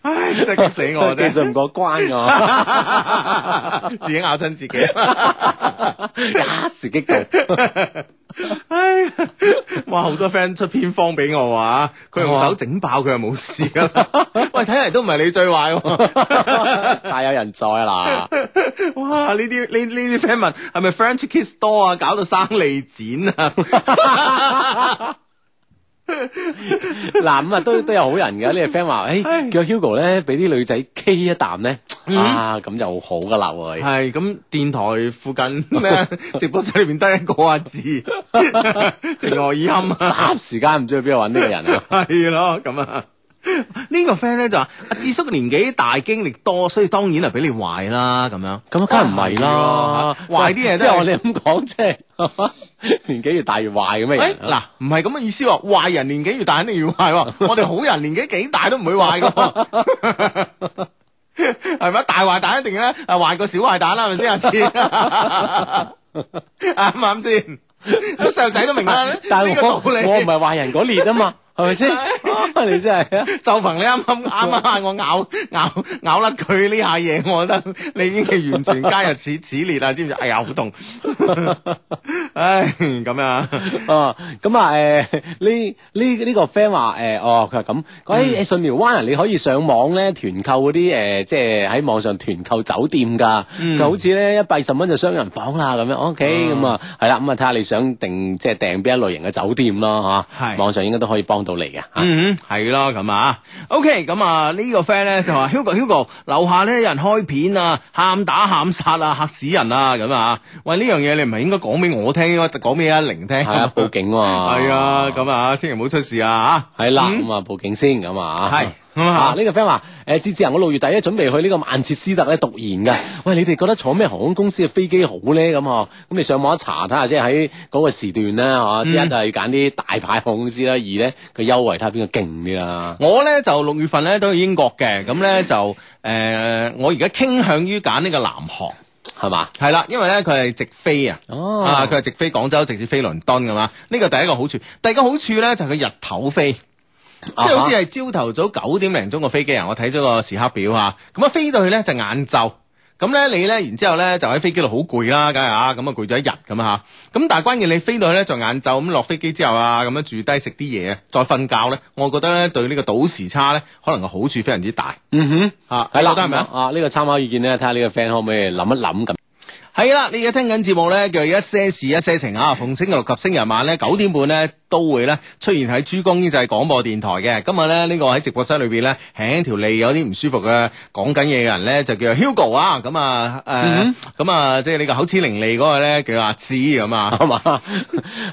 S1: 唉真係激死我
S3: 技術
S1: 啫，
S3: 唔過關啊！
S1: 自己咬親自己。
S3: 一時激動。
S1: 唉，哇！好多 friend 出偏方俾我啊，佢用手整爆佢就冇事噶啦。喂，睇嚟都唔係你最壞喎。
S3: 大有人在 啦，
S1: 哇！呢啲呢呢啲 friend 問係咪 French kiss 多啊，搞到生利展啊！
S3: 嗱咁啊都都有好人嘅，呢個 friend 話，诶
S1: 唉
S3: 叫 Hugo 咧俾啲女仔 K 一啖咧，
S1: 嗯
S3: 啊咁就好噶啦喎，
S1: 係咁，電台附近咧直播室裏邊得一個阿字， 情何以堪啊！
S3: 霎時間唔知去邊度揾呢個 人啊，
S1: 系咯，咁啊。呢個 friend 咧就話：阿智叔年紀大，經歷多，所以當然係俾你壞啦，咁樣。
S3: 咁啊梗係唔係啦，
S1: 係喎壞啲嘢真
S3: 即係我
S1: 係。
S3: 哋咁講，即係 年紀越大越壞咁嘅
S1: 喂
S3: 人啊，
S1: 哎嗱，唔係咁嘅意思喎，壞人年紀越大，肯定越壞喎。 我哋好人年紀幾大都唔會壞噶喎， 係咪？大壞蛋一定咧，啊壞過小壞蛋啦，係咪先？阿智 啱唔啱先？啲細路仔都明啦，呢
S3: 啊但係
S1: 個
S3: 我
S1: 道
S3: 我唔
S1: 理。
S3: 係壞人嗰列 啊嘛，係咪先？啊 你真係啊！
S1: 就憑你啱啱啱啱嗌我咬咬咬甩佢呢下嘢，我覺得你已經係完全加入此此列啦，知唔知？哎呀，好 痛！唉，咁啊，
S3: 啊，咁啊，誒呢呢呢個 friend 話誒，哦，佢話咁，
S1: 嗯
S3: 佢誒誒信苗灣啊人你可以上網咧團購嗰啲誒，即係喺網上團購酒店㗎，
S1: 嗯
S3: 佢好似咧一百二十蚊就雙人房啦咁樣，OK，
S1: 嗯
S3: 咁啊係啦，咁啊睇下你想定即係訂邊一類型嘅酒店咯嚇，
S1: 係
S3: 網上應該都可以幫到你嘅嚇。
S1: 嗯，係咯，咁啊，OK，咁啊呢個 friend 咧就話
S3: 嗯
S1: Hugo Hugo 樓下咧有人開片啊，喊打喊殺啊，嚇死人啊，咁啊，喂呢樣嘢你唔係應該講俾我聽，應該講俾阿玲聽。
S3: 係啊，報警喎。
S1: 係啊，咁啊，千祈唔好出事啊
S3: 係啦，
S1: 嗯
S3: 咁啊報警先咁啊。
S1: 嚇。係咁
S3: 啊！
S1: 啊，
S3: 呢個 friend 話：誒，志志啊，我六月底咧準備去呢個曼徹斯特咧讀研㗎。喂，你哋覺得坐咩航空公司嘅飛機好咧？咁呵，咁你上網一查睇下，即係喺嗰個時段咧，嗬，
S1: 嗯
S3: 一就係揀啲大牌航空公司啦，二咧佢優惠睇下邊個勁啲啦。
S1: 我咧就六月份咧都去英國嘅，咁
S3: 嗯
S1: 咧就誒、呃我而家傾向於揀呢個南航，
S3: 係嘛？
S1: 係啦，因為咧佢係直飛啊。
S3: 哦
S1: 啊！佢係直飛廣州，直接飛倫敦㗎嘛。呢個第一個好處，第二個好處咧就係佢日頭飛，
S3: 啊
S1: 即係好似係朝頭早九點零鐘個飛機啊！我睇咗個時刻表啊，咁啊飛到去咧就晏晝。咁咧你咧，然之後咧就喺飛機度好攰啦，梗係啊，咁啊攰咗一日咁啊嚇。咁但啊係關鍵你飛到去咧就晏晝，咁落飛機之後啊，咁樣住低食啲嘢，再瞓覺咧，我覺得咧對呢個倒時差咧，可能個好處非常之大
S3: 嗯哼，
S1: 啊。
S3: 係啦，
S1: 你覺得係咪啊？
S3: 啊？呢個參考意見咧，睇下呢個 friend 可唔可以諗一諗咁。
S1: 系啦，你而家聽緊節目咧，叫做一些事一些情啊。逢星期六及星期日晚咧九點半咧都會咧出現喺珠江經濟廣播電台嘅。今日咧呢個喺直播室裏邊咧，輕條脷有啲唔舒服嘅講緊嘢嘅人咧就叫做 Hugo 啊。咁啊誒
S3: 嗯，
S1: 咁啊即係你個口齒伶俐嗰個咧叫阿志咁啊。
S3: 係嘛？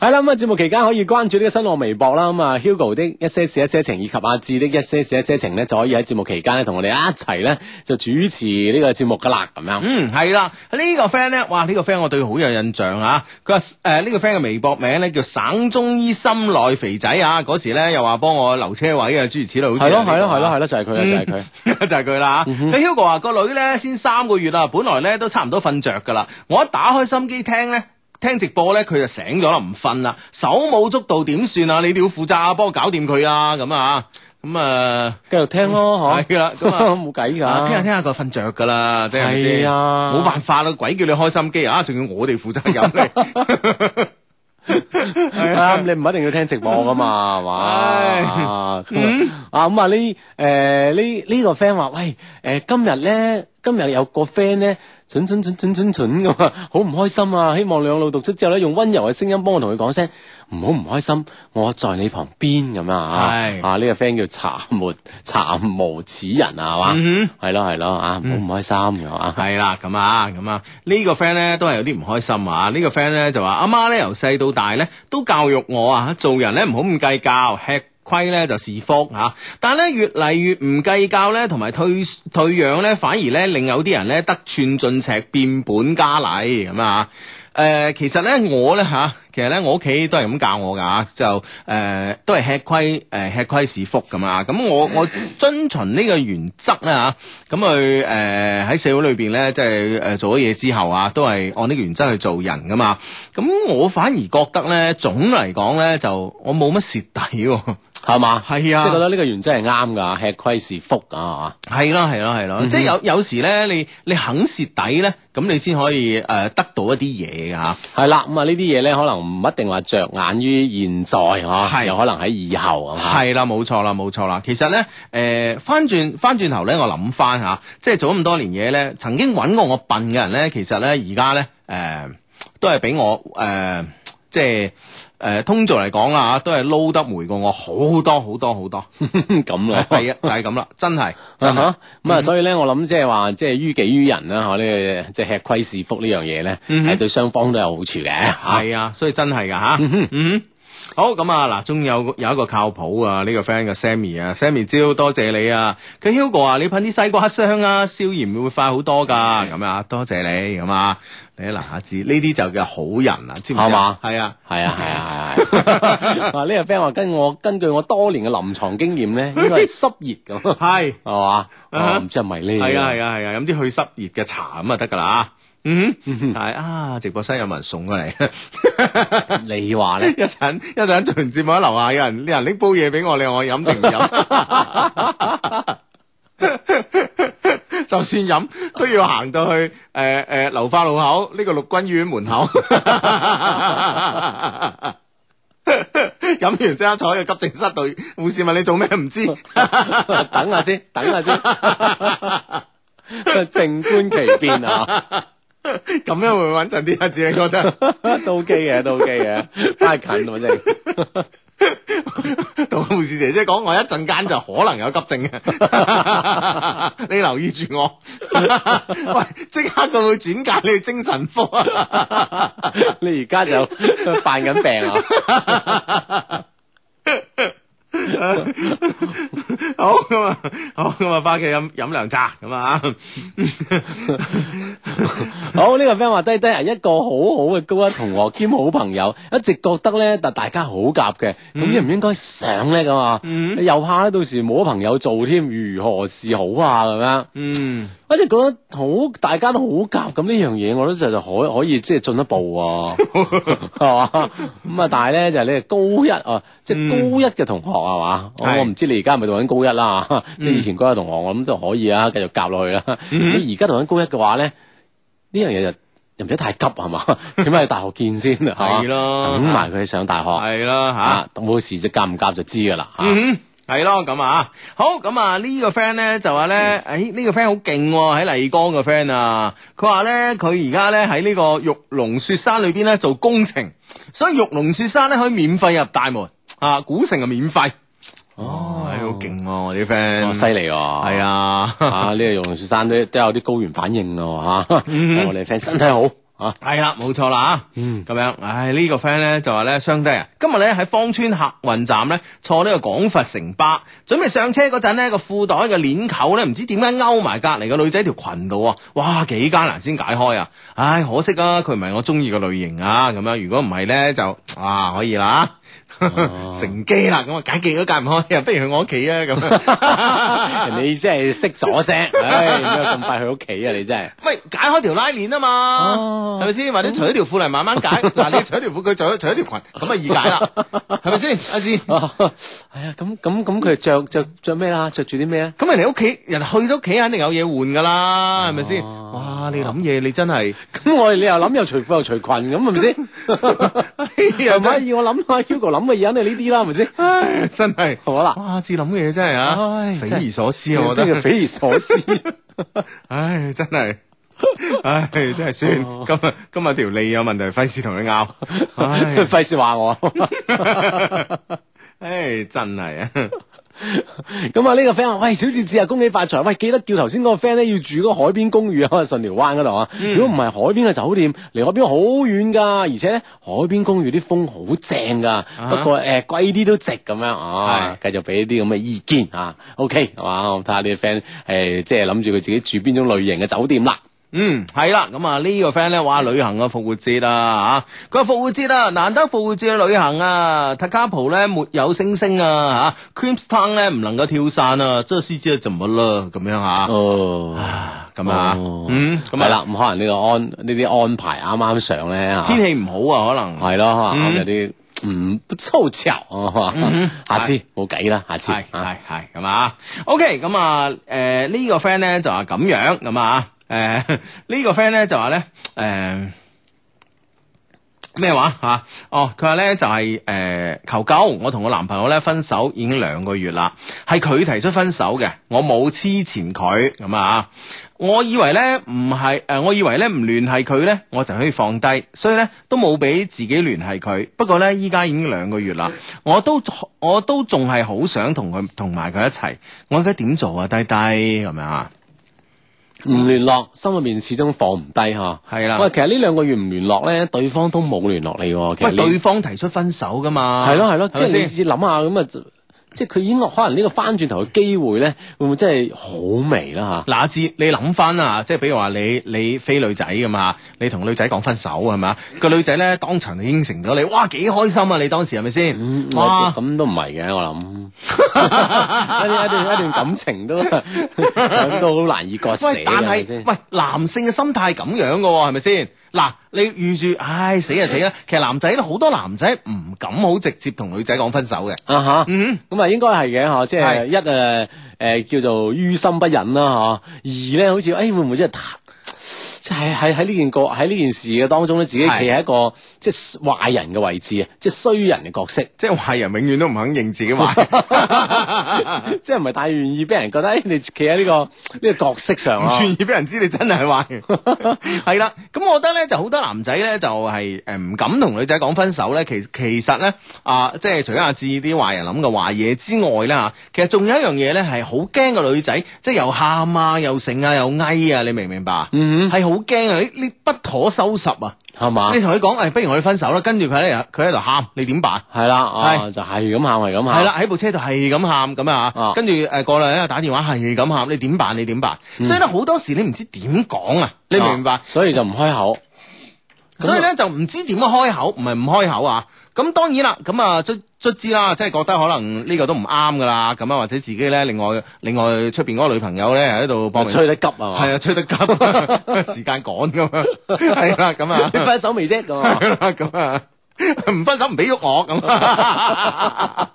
S3: 係啦，咁啊，節目期間可以關注呢個新浪微博啦，咁啊，Hugo 的一些事一些情以及阿志的一些事一些情啊咧，就可以喺節目期間咧同我哋一齊咧就主持呢個節目噶啦，咁樣。
S1: 嗯，係啦，呢、個 friend 咧，哇，呢、個 friend 我對佢好有印象啊。佢話誒呢個 friend 嘅微博名咧叫省中醫心內肥仔啊。嗰時咧又話幫我留車位啊，諸如此類。好
S3: 係
S1: 似
S3: 咯，
S1: 呢個
S3: 係咯，係咯，
S1: 啊
S3: 係咯，就係佢啦，就係佢。
S1: 就係佢啦嚇。
S3: 嗯嗯哼
S1: 咁 Hugo 話個女咧先三個月啦，本來咧都差唔多瞓着噶啦。我一打開心機聽咧。聽直播咧，佢就醒咗啦，唔瞓啦，手舞足蹈點算啊？你哋要負責啊，幫我搞掂佢啊，咁啊，咁啊，
S3: 繼續聽咯，嗬。
S1: 係 啦咁啊
S3: 冇計
S1: 啊
S3: 㗎。
S1: 聽下聽下佢瞓着噶啦，即係咪先
S3: 係啊
S1: 冇辦法啦，鬼叫你開心機啊，仲要我哋負責任你，係啊
S3: 啱，你唔一定要聽直播噶嘛，係嘛？
S1: 唉
S3: 啊
S1: 嗯
S3: 咁啊咁啊呢誒呢呢個 friend 話：喂誒今日咧，今日有個 friend 咧。蠢蠢蠢蠢蠢蠢咁啊， 好唔開心啊！希望兩老讀出之後咧，用温柔嘅聲音幫我同佢講聲，唔好唔開心，我在你旁邊咁啊！
S1: 係
S3: 啊，呢、個 friend 叫查沒查無此人啊，係嘛？
S1: 嗯哼
S3: 係咯係咯啊，唔好唔開心咁啊！
S1: 係啦，咁啊，咁啊，呢、個 friend 咧都係有啲唔開心啊。呢、個 friend 咧就話阿媽咧由細到大咧都教育我啊，做人咧唔好咁計較，吃虧咧就是福嚇、啊但係咧越嚟越唔計較咧，同埋退退讓咧，反而咧令有啲人咧得寸進尺，變本加厲咁啊。誒、其實咧我咧嚇、其實咧我屋企都係咁教我㗎，就誒、都係吃虧誒、呃吃虧是福咁啊。咁我我遵循呢個原則咧嚇，咁佢誒喺社會裏邊咧，即係誒做咗嘢之後啊，都係按呢個原則去做人噶嘛。咁我反而覺得咧，總嚟講咧就我冇乜蝕底喎。
S3: 係嘛？
S1: 係啊
S3: 即係覺得呢個原則係啱㗎，吃虧是福啊！
S1: 係
S3: 係嘛
S1: 咯係咯係咯，
S3: 嗯哼
S1: 即係有有時咧，你你肯蝕底咧，咁你先可以誒、呃得到一啲嘢㗎嚇。
S3: 係啦，咁啊呢啲嘢咧，可能唔一定話着眼於現在
S1: 係
S3: 嗬，有可能喺以後啊嘛。
S1: 係啦，冇錯啦，冇錯啦。其實咧，誒、翻轉翻轉頭咧，我諗翻吓，即係做咗咁多年嘢咧，曾經揾過我笨嘅人咧，其實咧而家咧，誒、都係俾我誒、即係誒、通俗嚟講啦吓，都係撈得回過我好多好多好 多。
S3: 咁啦，
S1: 係啊，就係咁啦，真係
S3: 啊
S1: 真係嗯
S3: 哈。咁啊，所以咧，我諗即係話，即係於己於人啦，嗬，呢個即係吃虧是福呢樣嘢咧，
S1: 嗯哼
S3: 係對雙方都有好處嘅嚇。
S1: 係啊，所以真係噶吓，嗯。好咁啊！嗱，仲有有一個靠譜啊，呢、個 friend 嘅 Sammy 啊，Sammy 招多謝你啊！佢 Hugo 啊，你噴啲西瓜霜啊，消炎會快好多噶，咁啊，多謝你咁啊！你嗱下知呢啲就叫好人啊，知唔知
S3: 係嘛
S1: 啊？係啊，
S3: 係啊，係啊，係啊！啊，呢個 friend 話跟我根據我多年嘅臨床經 驗咧，應該係濕熱咁，
S1: 係
S3: 係嘛？
S1: 啊哈
S3: 啊唔知係咪呢？
S1: 啊係啊係啊係啊，飲啲去濕熱嘅茶咁啊得噶啦，嗯哼，係啊，直播室有冇人送過嚟？啊
S3: 你話咧？
S1: 一陣一陣做完節目喺樓下有人有人拎煲嘢俾我，你話我飲定 唔飲？就算飲都要行到去誒誒流花路口呢、個陸軍醫院門口， 飲完即刻坐喺個急症室度，護士問你做咩唔知。
S3: 等下先，等 下先，靜觀其變啊！
S1: 咁樣會唔會穩陣啲啊？子你覺得？
S3: 都 OK 嘅，都 OK 嘅，翻近喎真係。
S1: 同護士姐姐講，我一陣間就可能有急症嘅， 你留意住我。 喂，即刻佢會轉介你去精神 科啊！
S3: 你而家就 犯緊病啊！
S1: 好咁啊，好咁啊，翻屋企飲飲涼茶咁 啊。
S3: 好呢、個 friend 話低低啊，一個好好嘅高一同學兼好朋友，一直覺得咧，但大家好夾嘅，咁應唔應該上咧咁啊？
S1: 嗯
S3: 又怕咧到時冇咗朋友做添，如何是好啊？咁樣
S1: 嗯，
S3: 一啊直覺得好，大家都好夾，咁呢樣嘢我覺得就就可可以即係進一 步喎、係嘛？咁啊，但係咧就係你係高一啊，即係高一嘅同學啊係嘛？我
S1: 嗯係嗯
S3: 我唔知你而家係咪讀緊高一啦嚇，即係以前高一同學，我諗都可以啊，繼續夾落去啦。咁而家讀緊高一嘅話咧，呢樣嘢就又唔使太急 係嘛？起碼喺大學見先係嘛
S1: 係咯
S3: 等埋佢上大學
S1: 係啦嚇。
S3: 啊，到時就夾唔夾就知㗎啦嚇。啊
S1: 嗯哼。係咯，咁啊，好咁啊，呢個 friend 咧就話咧，
S3: 嗯
S1: 誒、呢、個 friend 好勁喎，喺麗江個 friend 啊，佢話咧佢而家咧喺呢個玉龍雪山裏邊咧做工程，所以玉龍雪山咧可以免費入大門啊，古城啊免費，
S3: 哦
S1: 哎係好勁喎，我啲
S3: 哦
S1: friend，
S3: 犀利喎！係
S1: 係。 啊，
S3: 啊！呢個玉龍雪山都都有啲高原反應咯嚇，
S1: 嗯
S3: 我哋 friend 身體好嚇，
S1: 係啦，冇錯啦啊
S3: 嗯
S1: 咁樣，唉，呢、個 friend 咧就話咧，相低啊，今日咧喺芳村客運站咧坐呢個廣佛城巴，準備上車嗰陣咧個褲袋嘅鏈扣咧唔知點解勾埋隔離個女仔條裙度啊，哇，幾艱難先解開啊，唉，可惜啊，佢唔係我中意嘅類型啊，咁樣如果唔係咧就啊可以啦。
S3: 哦
S1: 乘機啦，咁啊解極都解唔開，又不如去我屋企啊咁。 啊
S3: 人哋意思係識咗聲，唉， 點解咁快去屋企啊？你真 係
S1: 喂，解開條拉鏈啊嘛
S3: 哦，
S1: 係咪先？或者除咗條褲嚟慢 慢解。嗱，你除咗條褲，佢除咗除咗條裙，咁啊易解啦，係咪先？阿志，
S3: 啊，係啊，咁咁咁佢着着着咩啦？着住啲咩啊？
S1: 咁人哋屋企人去到屋企肯定有嘢換噶啦，係咪先？哇！
S3: 哦
S1: 你諗嘢你真係，
S3: 咁我哋你又諗又除褲又除裙咁係咪先？ 哎係
S1: 係
S3: 咪？以我諗阿 Hugo 諗嘅嘢，肯定呢啲啦，係咪先？
S1: 唉，真係，
S3: 好啦
S1: 哇！志諗嘅嘢真係啊
S3: 唉，真
S1: 匪
S3: 係
S1: 夷所思啊！我覺
S3: 真係
S1: 得，
S3: 匪夷所思。
S1: 唉，真係。唉，真係算，
S3: 哦
S1: 今日今日條脷有問題，費事同佢拗。 唉，
S3: 費事話我。
S1: 唉，真係啊！
S3: 咁啊，呢個 friend 話：，喂，小智智啊，恭喜發財！喂，記得叫頭先嗰個 friend 咧，要住嗰個海邊公寓啊，順寮灣嗰度啊。
S1: 嗯
S3: 如果唔係海邊嘅酒店，離海邊好遠㗎，而且咧海邊公寓啲風好正㗎。
S1: 哈
S3: 不過誒貴啲都值咁樣啊。繼續俾啲咁嘅意見啊。OK 係嘛？我睇下呢個 friend 誒，即係諗住佢自己住邊種類型嘅酒店啦。
S1: 嗯，係啦，咁啊呢個 friend 咧，哇，旅行啊，復活節啊，吓，佢話復活節啊，難得復活節嘅旅行啊，Takapul 咧沒有星星啊，吓，Creamstown 咧唔能夠跳傘啊，這是知怎麼了咁樣吓，
S3: 哦
S1: 啊咁啊
S3: 哦，
S1: 嗯，咁
S3: 咁
S1: 啊
S3: 係啦，咁可能呢個安呢啲安排啱啱上咧嚇。
S1: 天氣唔好啊，可能
S3: 系咯，
S1: 嗯
S3: 有啲唔不凑巧啊
S1: 嗯，
S3: 下次冇計啦，下次
S1: 係
S3: 啊
S1: 係係咁啊。OK，咁啊，誒呢個 friend 咧就話咁樣咁啊， 誒呢個 friend 咧就話咧誒。咩話吓？哦，佢話咧就係、呃求救，我同我男朋友咧分手已經兩個月啦，係佢提出分手嘅，我冇黐纏佢咁啊。我以為咧唔係誒，我以為咧唔聯繫佢咧，我就可以放低，所以咧都冇俾自己聯繫佢。不過咧，依家已經兩個月啦，我都我都仲係好想同佢同埋佢一齊，我應該點做啊？低低咁樣啊？
S3: 唔聯絡，心裏面始終放唔低吓。
S1: 係啦
S3: 喂，其實呢兩個月唔聯絡咧，對方都冇聯絡你喎。其實
S1: 喂，
S3: 呢
S1: 對方提出分手噶嘛？
S3: 係咯係咯，即
S1: 咪
S3: 係你
S1: 先
S3: 試諗下咁啊，即係佢已經可能呢個翻轉頭嘅機會咧，會唔會真係好微啦
S1: 嗱，阿志，你諗翻啊，即係比如話你你飛女仔咁嘛，你同女仔講分手係咪啊？個女仔咧當場就應承咗你，哇幾開心啊！你當時係咪
S3: 吓？
S1: 先？
S3: 嗯，我
S1: 哇！
S3: 咁都唔係嘅，我 諗一段一段一段感情都 都好難以割捨
S1: 喂，
S3: 嘅，
S1: 但
S3: 啊係咪
S1: 係
S3: 先
S1: 喂男性嘅心態咁樣嘅喎，係咪先？嗱，你預住，唉
S3: 嗯
S1: 死就啊死啦。其實男仔咧好多男仔唔敢好直接同女仔講分手嘅。
S3: 啊吓。
S1: 嗯，
S3: 咁啊，應該係嘅嚇，即係
S1: 係
S3: 一誒誒、呃叫做於心不忍啦嚇，二咧好似誒、哎、會唔會真係太即係喺喺呢件個喺呢件事嘅當中咧，自己企
S1: 係
S3: 喺一個即係壞人嘅位置啊，即係衰人嘅 角色，
S1: 即係壞人永遠都唔肯認自己壞。
S3: 即係唔係太願意俾人覺得誒、哎你企喺呢個呢、個角色上
S1: 唔
S3: 啊
S1: 願。意俾人知你真係壞，係啦。咁我覺得咧，就好多男仔咧，就係誒唔敢同女仔講分手咧。其其實咧啊，即係除咗阿志啲壞人諗嘅壞嘢之外咧嚇，其實仲有一樣嘢咧係好驚個女仔，即係又喊啊，又剩啊，又翳啊，你明唔明白啊？
S3: 嗯哼，
S1: 係好驚啊！你你不可收拾啊！
S3: 係嘛
S1: 你？同佢講，誒、哎不如我哋分手啦。跟住佢喺度佢喺度喊，你點辦？
S3: 係啦，啊就係咁喊，係咁喊。
S1: 係啦，，喺部車度係咁喊咁啊
S3: 啊，
S1: 跟住誒過兩日打電話係咁喊，你點辦？你點辦？所以咧好多時你唔知點講啊，你明唔明白
S3: 嗯啊？所以就唔開口。咁
S1: 所以咧就唔知點樣開口，唔係唔開口啊。咁當然啦，咁啊卒卒之啦，即係覺得可能呢個都唔啱噶啦，咁啊或者自己咧另外另外出邊嗰個女朋友咧喺度搏
S3: 就
S1: 命
S3: 吹得急啊嘛。
S1: 係啊吹得急， 時間趕咁啊，係啦咁啊。
S3: 你分手未啫咁啊？
S1: 係啦咁啊，唔分手唔俾喐我咁啊，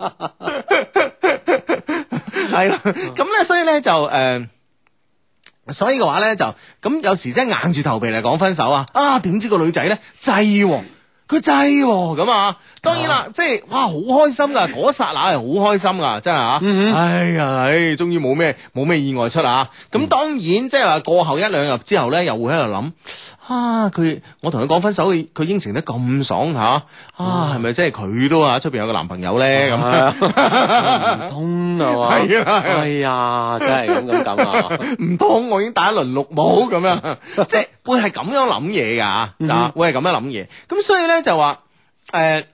S1: 係啦，咁咧所以咧就誒。呃所以嘅話咧就咁有時真係硬住頭皮嚟講分手啊！啊點知個女仔咧制喎，佢制喎咁啊！當然啦，即係哇好開心噶，嗰剎那係好開心噶，真係啊！哎呀，唉，終於冇咩冇咩意外出啊！咁當然即係話過後一兩日之後咧，又會喺度諗啊，佢我同佢講分手，佢佢應承得咁爽吓啊，
S3: 嗯
S1: 係咪即係佢都啊出邊有個男朋友咧咁？
S3: 啊唔通啊嘛？
S1: 係啊係啊
S3: 哎呀，真係咁咁 咁啊！
S1: 唔通我已經打一輪綠帽咁樣， 即係會係咁樣諗嘢噶，
S3: 嗯
S1: 嗱、會係咁樣諗嘢。咁所以咧就話誒。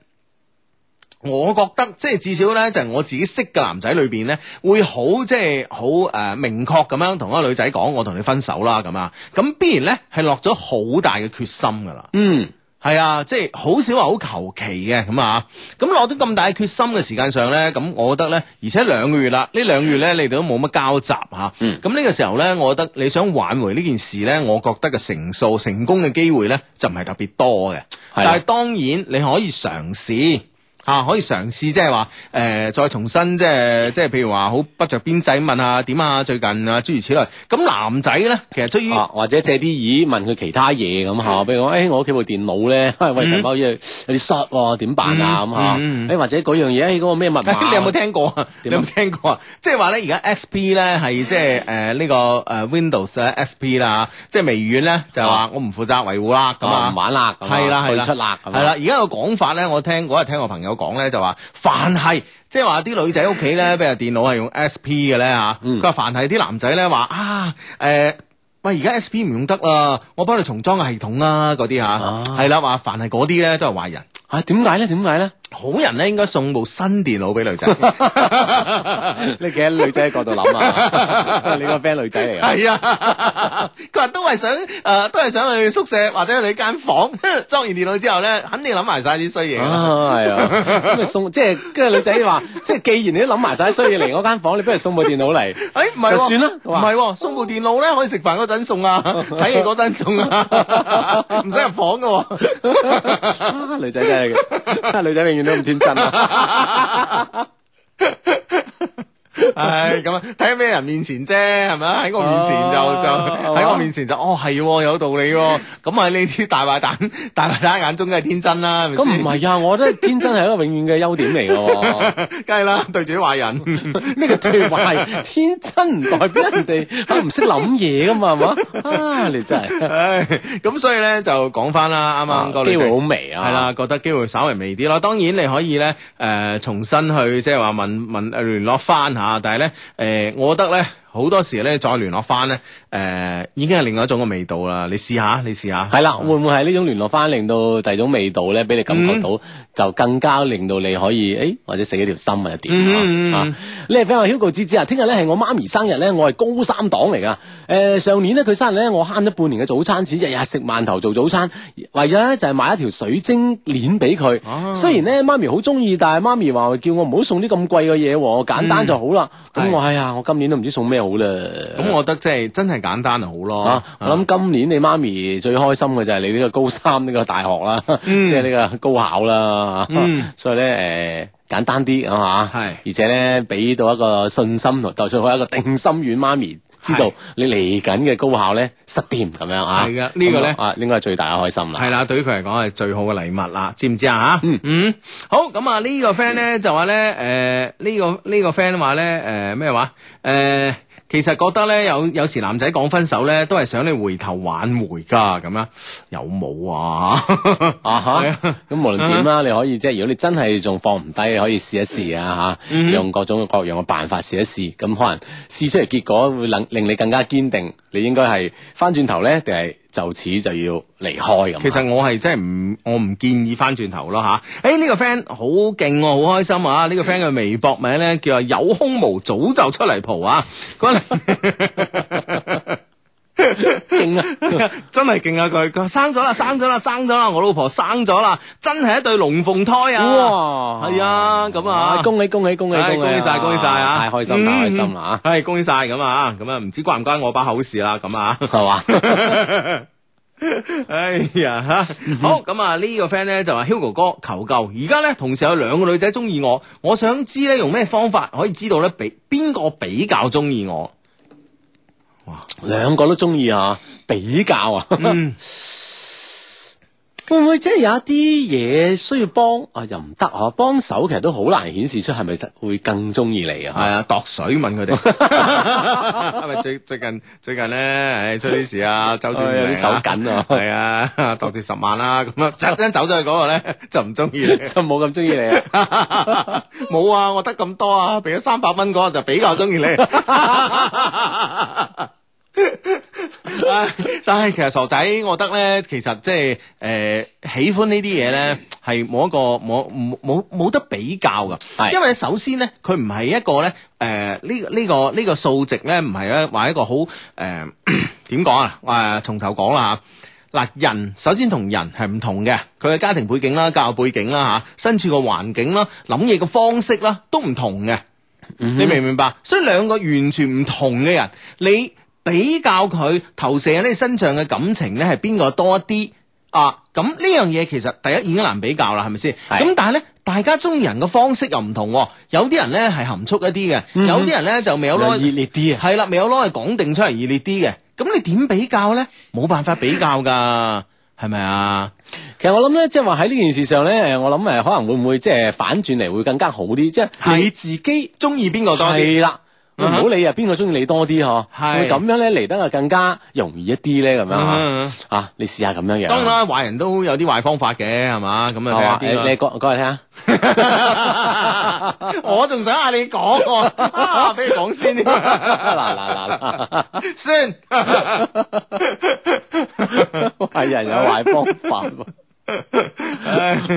S1: 我覺得即係至少咧，就係、我自己識嘅男仔裏邊咧，會好即係好誒明確咁樣同一個女仔講，我同你分手啦咁啊，咁必然咧係落咗好大嘅決心㗎啦。
S3: 嗯，
S1: 係啊，即係好少話好求其嘅咁啊，咁落得咁大嘅決心嘅時間上咧，咁我覺得咧，而且兩個月啦，呢兩個月咧你哋都冇乜交集吓，咁呢、
S3: 嗯
S1: 個時候咧，我覺得你想挽回呢件事咧，我覺得嘅成數成功嘅機會咧就唔係特別多嘅，
S3: 啊
S1: 但係當然你可以嘗試。啊，可以嘗試即係話誒，再重新即係即係，譬如話好不着邊際問下點啊，最近啊，諸如此類。咁男仔咧，其實出於
S3: 啊，或者借啲耳問佢其他嘢咁嚇，比如講，誒、哎我屋企部電腦咧， 喂，
S1: 嗯
S3: 近排好似有啲塞喎，點辦啊咁嚇？誒、
S1: 嗯嗯嗯
S3: 或者嗰樣嘢，誒、哎嗰個咩密 碼？
S1: 你有冇聽過啊？你
S3: 點
S1: 有
S3: 啊
S1: 冇聽過啊？即係話咧，而家 XP 咧係即係誒呢個誒 Windows 咧 XP 啦，即係微軟咧就係話我唔負責維護啦咁
S3: 啊咁啊，
S1: 啊
S3: 唔。玩啦，咁啊
S1: 係啦係
S3: 退
S1: 啦
S3: 出啦，咁
S1: 係啦，而家個講法咧，我聽嗰日聽我朋友講咧，就話凡係即係話啲女仔屋企咧，譬如電腦係用 SP 嘅咧嚇，
S3: 嗯
S1: 佢話、凡係啲男仔咧話啊誒。喂，而家 SP 唔用得啦，我幫你重裝個系統啦，嗰啲嚇，
S3: 啊
S1: 係啦、話凡係嗰啲咧都係壞人，
S3: 啊，點解咧？點 解咧？
S1: 好人咧應該送部新電腦俾女仔，
S3: 你企喺女仔嘅角度諗 啊，你個 friend 女仔嚟 啊，
S1: 係啊，佢話都係想誒、呃都係想去宿舍或者去你間房 裝完電腦之後咧，肯定諗埋晒啲衰嘢㗎啦。
S3: 啊係啊，咁咪送即係跟住女仔話，即係既然你都諗埋晒衰嘢嚟我間房，你不如送部電腦嚟，
S1: 诶，哎唔係
S3: 就
S1: 喎
S3: 算啦
S1: 唔係喎，送部電腦咧可以食飯嗰陣送 啊，睇戲嗰陣送啊， 唔使入房噶喎。
S3: 啊女仔真係嘅， 女仔永遠都咁天真啊！
S1: 唉，咁啊，睇喺咩人面前啫，係咪啊？喺我面前就
S3: 哦
S1: 就喺我面前就，哦係喎，有道理喎。咁啊喺呢啲大壞蛋、大壞蛋眼中梗係天真啦，係咪
S3: 咁
S1: 先
S3: 唔係啊，我覺得天真係一個永遠嘅優點嚟嘅 喎。
S1: 梗係啦，對住啲壞人。
S3: 咩叫最壞？天真唔代表人哋啊唔識諗嘢噶嘛，係嘛？啊，你真係
S1: 唉，咁所以咧就講翻啦，啱啱個女
S3: 啊機
S1: 仔
S3: 會好微啊，
S1: 係啦，覺得機會稍微微啲咯。當然你可以咧，誒、重新去即係話問問誒聯絡翻嚇，但係咧誒，我覺得咧好多時咧再聯絡翻咧誒，已經係另外一種嘅味道啦。你試下，你試下。
S3: 係啦，會唔會係呢種聯絡翻，令到第二種味道咧，俾你感覺
S1: 嗯
S3: 到，就更加令到你可以，誒或者死咗條心啊，點
S1: 嗯嗯嗯
S3: 啊啊？你係 friend 話 Hugo 芝芝啊，聽日咧係我媽咪生日咧，我係高三黨嚟噶。誒、上年咧佢生日咧，我慳咗半年嘅早餐錢，日日食饅頭做早餐，為咗咧就係買一條水晶鏈俾佢。
S1: 啊
S3: 雖然咧媽咪好中意，但係媽咪話叫我唔好送啲咁貴嘅嘢喎，簡單就好啦。咁、
S1: 係
S3: 我哎呀，我今年都唔知送咩好啦。
S1: 咁、我覺得即係真係簡單就好咯。
S3: 啊！我諗今年你媽咪最開心嘅就係你呢個高三呢個大學啦，
S1: 嗯
S3: 即係呢個高考啦，
S1: 嗯
S3: 所以咧誒、呃、簡單啲係嘛，
S1: 係
S3: 而且咧俾到一個信心同，就算一個定心丸，媽咪知道
S1: 係
S3: 你嚟緊嘅高考咧實掂咁樣啊，
S1: 係嘅呢個咧
S3: 咁啊應該係最大嘅開心啦，
S1: 係啦，對於佢嚟講係最好嘅禮物啦，知唔知啊吓？
S3: 嗯
S1: 嗯，好咁啊，呢個 friend 咧就話咧，誒呢個呢個 friend 話咧，誒咩話？誒其實覺得咧，有有時男仔講分手咧，都係想你回頭挽回㗎，咁啦，有冇啊？ 係
S3: 啊哈
S1: 啊！
S3: 咁無論點啦，你可以即係如果你真係仲放唔低，可以試一試啊吓，
S1: 嗯
S3: 用各種各樣嘅辦法試一試，咁可能試出嚟結果會令令你更加堅定，你應該係翻轉頭咧，定係就此就要離開咁。啊
S1: 其實我係真係唔，我唔建議翻轉頭咯吓，誒、呢、個 friend 好勁喎，好開心啊！呢、個 friend 嘅微博名咧叫做有胸毛早就出嚟蒲啊！嗰個
S3: 勁啊！
S1: 真係勁啊！佢佢話生咗啦，生咗啦，生咗啦！我老婆生咗啦，真係一對龍鳳胎啊！
S3: 哇
S1: 係啊咁啊
S3: 恭喜恭喜恭喜
S1: 唉
S3: 恭
S1: 恭
S3: 喜啊
S1: 喜晒，恭喜晒啊！
S3: 太開心太開心啦
S1: 嗯！係恭喜晒咁啊！咁啊，唔知關唔關我把口事啦？咁啊！
S3: 吓，係嘛？
S1: 哎呀
S3: 嗯
S1: 吓，好咁啊！呢個 friend 咧就話 Hugo 哥求救，而家咧同時有兩個女仔中意我，我想知咧用咩方法可以知道咧比邊個比較中意我？
S3: 兩個都中意啊，比較啊。
S1: 嗯，
S3: 會唔會即係有一啲嘢需要幫啊？又唔得啊！幫手其實都好難顯示出係咪會更中意你
S1: 係
S3: 啊？
S1: 啊，度水問 佢哋，係咪最最近最近咧，唉出啲事啊，周轉唔靈
S3: 哎有啲手緊啊
S1: 係啊，度住十萬啦，咁啊， 就真走咗去嗰個咧就唔中意你。
S3: 就冇咁中意你啊！
S1: 冇啊，我得咁多啊，俾咗三百蚊嗰個就比較中意你。唉但係其實傻仔，我覺得咧，其實即係誒喜歡呢啲嘢咧，係冇一個冇冇冇冇得比較噶。
S3: 係
S1: 因為首先咧，佢唔係一個咧誒呢個呢個呢個 數值咧，唔係咧話一個好誒點講啊誒從頭講啦嚇。嗱，人首先同人係唔同嘅，佢嘅家庭背景啦、教育背景啦、吓身處嘅環境啦、諗嘢嘅方式啦，都唔同嘅。
S3: 嗯
S1: 你明唔明白？所以兩個完全唔同嘅人，你比較佢投射喺你身上嘅感情咧，係邊個多啲啊？咁呢樣嘢其實第一已經難比較啦，係咪先？
S3: 係
S1: 咁但係咧，大家中意人嘅方式又唔同喎，有啲人咧係含蓄一啲嘅，
S3: 嗯
S1: 有啲人咧就未有
S3: 有
S1: 攞
S3: 熱烈啲啊，
S1: 係啦，未有攞嚟講定出嚟熱烈啲嘅，咁你點比較咧？冇辦法比較㗎，係咪啊？
S3: 其實我諗咧，即係話喺呢件事上咧，誒我諗誒可能會唔會即係反轉嚟會更加好啲，即係
S1: 係
S3: 你自己
S1: 中意邊個多啲？
S3: 係啦，唔
S1: 嗯哼
S3: 好理啊邊個中意你多啲嗬，
S1: 係
S3: 會咁樣咧嚟得啊更加容易一啲咧咁樣啊
S1: 嗯
S3: 啊，你試下咁樣樣，
S1: 當然啦，壞人都有啲壞方法嘅，係嘛？咁
S3: 係嘛
S1: 啊，睇下邊
S3: 你你
S1: 個
S3: 講講嚟聽 下。
S1: 我仲想嗌你講喎， 啊俾你講先添，
S3: 嗱嗱嗱
S1: 算。
S3: 嗱，係人有壞方法喎。 呢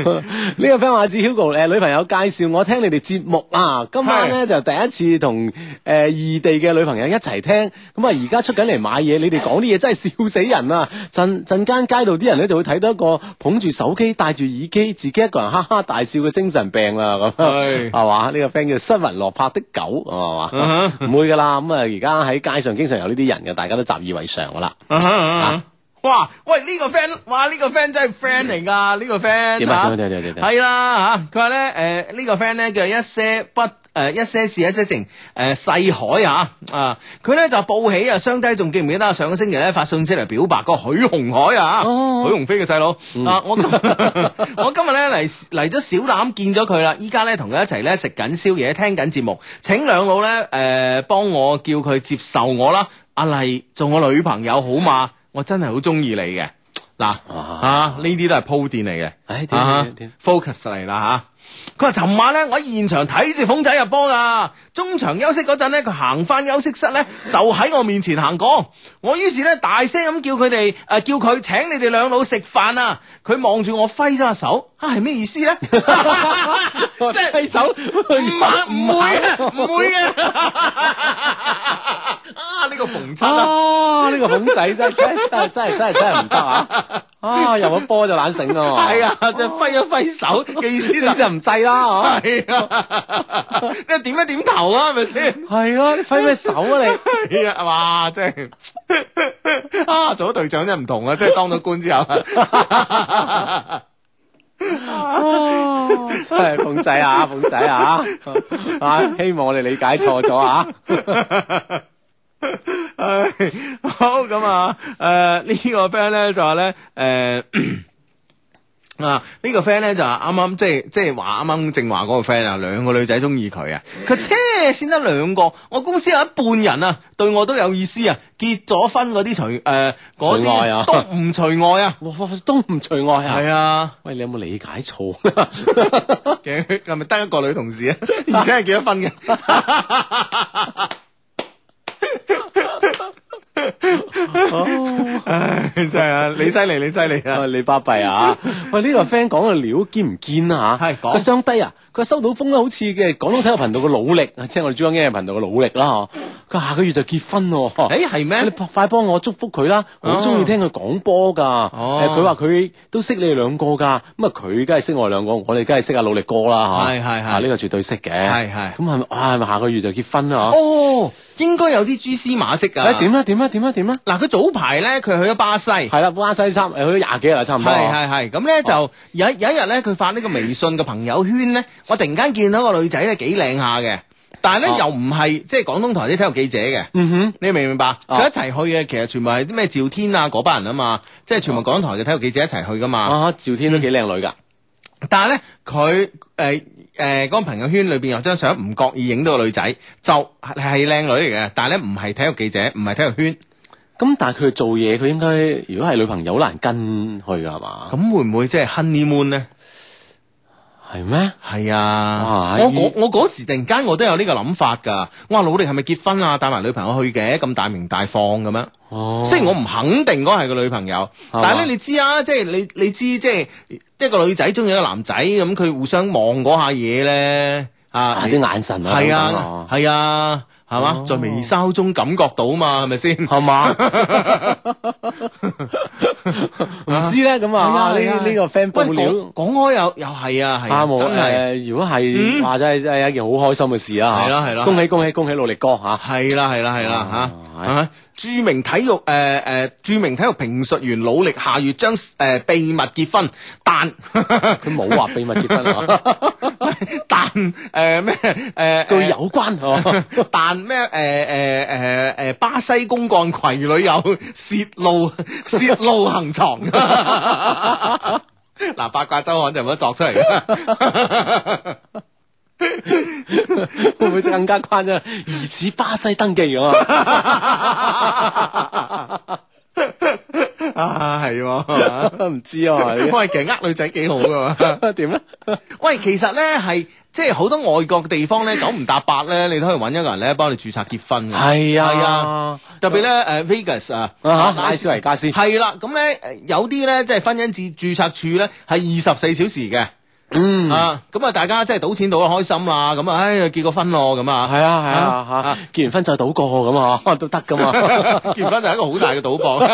S3: 個 friend 話：志 Hugo 誒女朋友介紹我聽你哋節目啊，今晚咧就第一次同誒異地嘅女朋友一齊聽，咁啊而家出緊嚟買嘢，你哋講啲嘢真係笑死人啊！陣陣間街度啲人咧就會睇到一個捧住手機、戴住耳機，自己一個人哈哈大笑嘅精神病啦，咁啊
S1: 係
S3: 係嘛？呢個 friend 叫失魂落魄的狗，係
S1: 嗯
S3: 嘛？唔會噶啦，咁啊而家喺街上經常有呢啲人嘅，大家都習以為常噶啦。
S1: 啊哈啊哈哇！喂，呢、個 friend，哇，呢、個 friend 真係 friend 嚟㗎，呢、個 friend
S3: 點啊
S1: 嚇
S3: 點啊點啊點啊點啊
S1: 係啦嚇，佢話咧誒呢個 friend 咧叫一些不誒、一些事一些情誒細、海啊啊，佢咧就報喜啊，雙低仲記唔記得啊？上個星期咧發信息嚟表白嗰個許紅海啊，
S3: 哦
S1: 許紅飛嘅細佬啊，我今 我今日咧嚟嚟咗小欖見咗佢啦，依家咧同佢一齊咧食緊宵夜，聽緊節目，請兩老咧誒幫我叫佢接受我啦，阿麗做我女朋友好嘛？我真係好中意你嘅嗱啊，呢啲都係鋪墊嚟嘅。
S3: 唉，點
S1: 啊
S3: 點點。
S1: focus 嚟啦啊吓。佢話尋晚咧，我喺現場睇住鳳仔入波噶。中場休息嗰陣咧，佢行翻休息室咧，就喺我面前行過。我於是咧大聲咁叫佢哋誒，叫佢請你哋兩老食飯啊。佢望住我揮咗下手，啊係咩意思 咧？即係
S3: 揮手
S1: 唔係唔會嘅，唔會啊嘅。 啊呢個逢親啊！
S3: 啊！呢個孔仔真 真真真真真係唔得啊！啊，入咗波就懶醒 啊！
S1: 係，啊，即係揮一揮手嘅意思
S3: 呢
S1: 就
S3: 啲就唔制啦，
S1: 係啊，你點一點頭啊，係咪先？
S3: 嗬！係咯，你揮咩手啊你？
S1: 係啊，哇！真係啊，做咗隊長真係唔同啊，即係當咗官之後，啊
S3: 哦，真係鳳仔啊，鳳仔啊！啊，希望我哋理解錯咗 啊！
S1: 唉，好咁啊！誒、呢個 friend 咧就話咧誒。 啊！呢、個 friend 咧就話啱啱即係即係話啱啱正話嗰個 friend 啊，兩個女仔中意佢啊，佢車先得兩個，我公司有一半人啊對我都有意思啊，結咗婚嗰啲除誒嗰
S3: 除外啊
S1: 啲都唔除外 啊，
S3: 哇，都唔除外啊！
S1: 係啊，
S3: 喂，你有冇理解錯？
S1: 係咪得一個女同事啊？而且係結咗婚嘅。
S3: 哦
S1: 唉，真係啊！你犀利，你犀利
S3: 啊
S1: 啊！
S3: 你巴閉啊！喂，呢、個 friend 講嘅料堅唔堅啊？嚇，
S1: 係講
S3: 佢相低啊！佢收到風咧，好似嘅廣東體育頻道嘅努力，啊即係我哋珠江經濟頻道嘅努力啦。嚇，佢下個月就結婚咯。
S1: 誒係
S3: 你
S1: 咩？
S3: 快幫我祝福佢啦！我好中意聽佢講波㗎。
S1: 哦
S3: 誒佢話佢都識你哋兩個㗎，咁啊佢梗係識我哋兩個，我哋梗係識阿努力哥啦嚇。
S1: 係係係
S3: 啊呢個絕對識嘅。
S1: 係係
S3: 咁係咪啊？係咪下個月就結婚啦？
S1: 哦，啊應該有啲蛛絲馬跡
S3: 嚇！誒
S1: 㗎。
S3: 點啦啊點啦點啦點啦！
S1: 嗱，佢早排咧，佢去咗巴西。係
S3: 係啦，巴西三誒去咗廿幾日啦，差唔多。
S1: 係係，咁咧就有一有一日咧，佢發呢個微信嘅朋友圈咧，我突然間見到個女仔咧幾靚下嘅，但係咧
S3: 哦
S1: 又唔係即係廣東台啲體育記者嘅。
S3: 嗯哼。
S1: 你明唔明白？
S3: 哦
S1: 佢一齊去嘅，其實全部係啲咩趙天啊嗰班人啊嘛，即係全部港台嘅體育記者一齊去噶嘛。
S3: 啊！趙天都
S1: 嗯
S3: 幾靚女㗎。
S1: 但係咧，佢誒誒嗰個朋友圈裏邊有張相唔覺意影到個女仔，就係係靚女嚟嘅，但係咧唔係體育記者，唔係體育圈，
S3: 咁但係佢做嘢，佢應該如果係女朋友好難跟去㗎係嘛？
S1: 咁會唔會即係 honeymoon 咧？
S3: 係咩？
S1: 係啊，
S3: 哇
S1: 我
S3: 依
S1: 嗰我嗰時突然間我都有呢個諗法㗎，我話努力係咪結婚啊，帶埋女朋友去嘅，咁大名大放咁樣。
S3: 哦
S1: 雖然我唔肯定嗰係個女朋友，
S3: 係嘛
S1: 但係咧你知啊，即係你你知即係一個女仔中意一個男仔咁，佢互相望嗰下嘢咧
S3: 啊
S1: 啊，
S3: 啲眼神啊，
S1: 係
S3: 等等
S1: 啊
S3: 啊
S1: 係啊係係嘛？
S3: 哦
S1: 在微梢中感覺到嘛，係啊咪先？
S3: 係嘛？唔
S1: 唔
S3: 知咧咁啊，呢呢個 friend 報料
S1: 講講開又又係啊，係
S3: 啊
S1: 啊
S3: 冇
S1: 真係
S3: 誒，如果
S1: 嗯
S3: 係話真係真係一件好開心嘅事啊！嚇
S1: 係啦係啦
S3: 恭喜恭喜恭喜努力哥嚇！
S1: 係啦係啦係啦
S3: 啊
S1: 嚇啊！著名體育誒誒，著名體育評述員努力下月將誒秘密結婚，但
S3: 佢冇話秘密結婚 啊，
S1: 但誒咩誒
S3: 據有 關係
S1: 但咩誒誒誒誒巴西公幹攜女友泄露 泄露行藏。 嗱，八卦周刊就咁樣作出嚟嘅，
S3: 會唔會更加關啫？疑似巴西登記咁啊！
S1: 啊係喎，
S3: 唔知 啊，呢
S1: 喂，其啊實呃女仔幾好噶嘛。
S3: 點咧？
S1: 喂，其實咧係即係好多外國地方咧九唔搭八咧，你都可以揾一個人咧幫你註冊結婚嘅。
S3: 係啊，
S1: 係啊，特別咧誒 Vegas 啊，
S3: 啊拉斯維加斯
S1: 係啦，咁咧誒有啲咧即係婚姻註註冊處咧係二十四小時嘅。
S3: 嗯
S1: 啊，咁啊，大家真係賭錢賭得開心啦，咁啊，唉，結個婚咯，咁啊，
S3: 係啊係啊
S1: 啊
S3: 嚇，結完婚再賭過咁啊， 可能都得噶嘛。
S1: 結 婚就係一個好大嘅賭博。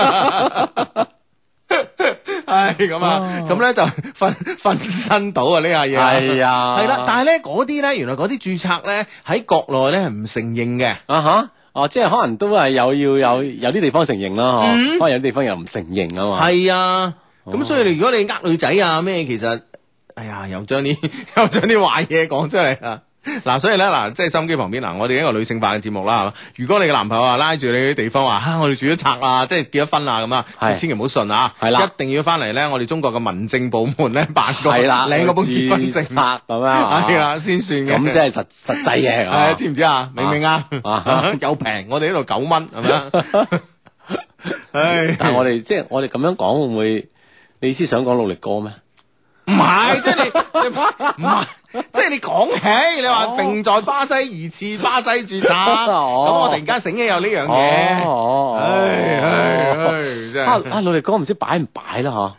S1: 唉，咁啊，咁咧就瞓瞓身到啊呢下嘢。
S3: 哦係啊
S1: 係啦，但係咧嗰啲咧，原來嗰啲註冊咧喺國內咧係唔承認嘅。
S3: 啊哈！哦，即係可能都係有要有有啲地方承認啦，嗬、
S1: 嗯
S3: 可能有啲地方又唔承認啊嘛。
S1: 係啊，咁
S3: 哦
S1: 所以你如果你呃女仔啊咩，其實，哎呀，又將啲 又將啲壞嘢講出嚟啊！嗱，所以咧，嗱，即係心機旁邊嗱，我哋一個女性化嘅節目啦，係嘛？如果你嘅男朋友話拉住你啲地方話，啊嚇、我哋住咗拆啦，即係結咗婚啦咁啊，
S3: 係
S1: 你千祈唔好信啊！
S3: 係啦
S1: 一定要翻嚟咧，我哋中國嘅民政部門咧辦個
S3: 係啦，
S1: 領嗰本結婚
S3: 註冊
S1: 證，
S3: 咁樣啊，
S1: 係啦，先算嘅。
S3: 咁先係實實際嘅。係
S1: 係
S3: 嘛
S1: 啊，知唔知啊？明唔明啊
S3: 啊？
S1: 有平，我哋呢度九蚊，係咪 啊？唉，
S3: 但係我哋即係我哋咁樣講會唔會？你意思想講努力哥咩？
S1: 唔係， 即係你你唔係，即係你講起，你話並在巴西疑似巴西註冊，咁、
S3: 哦
S1: 我突然間醒起有呢樣
S3: 哦
S1: 嘢，
S3: 哦
S1: 唉唉
S3: 哦
S1: 唉，真
S3: 啊
S1: 係
S3: 啊！努力哥唔知擺唔擺啦嗬？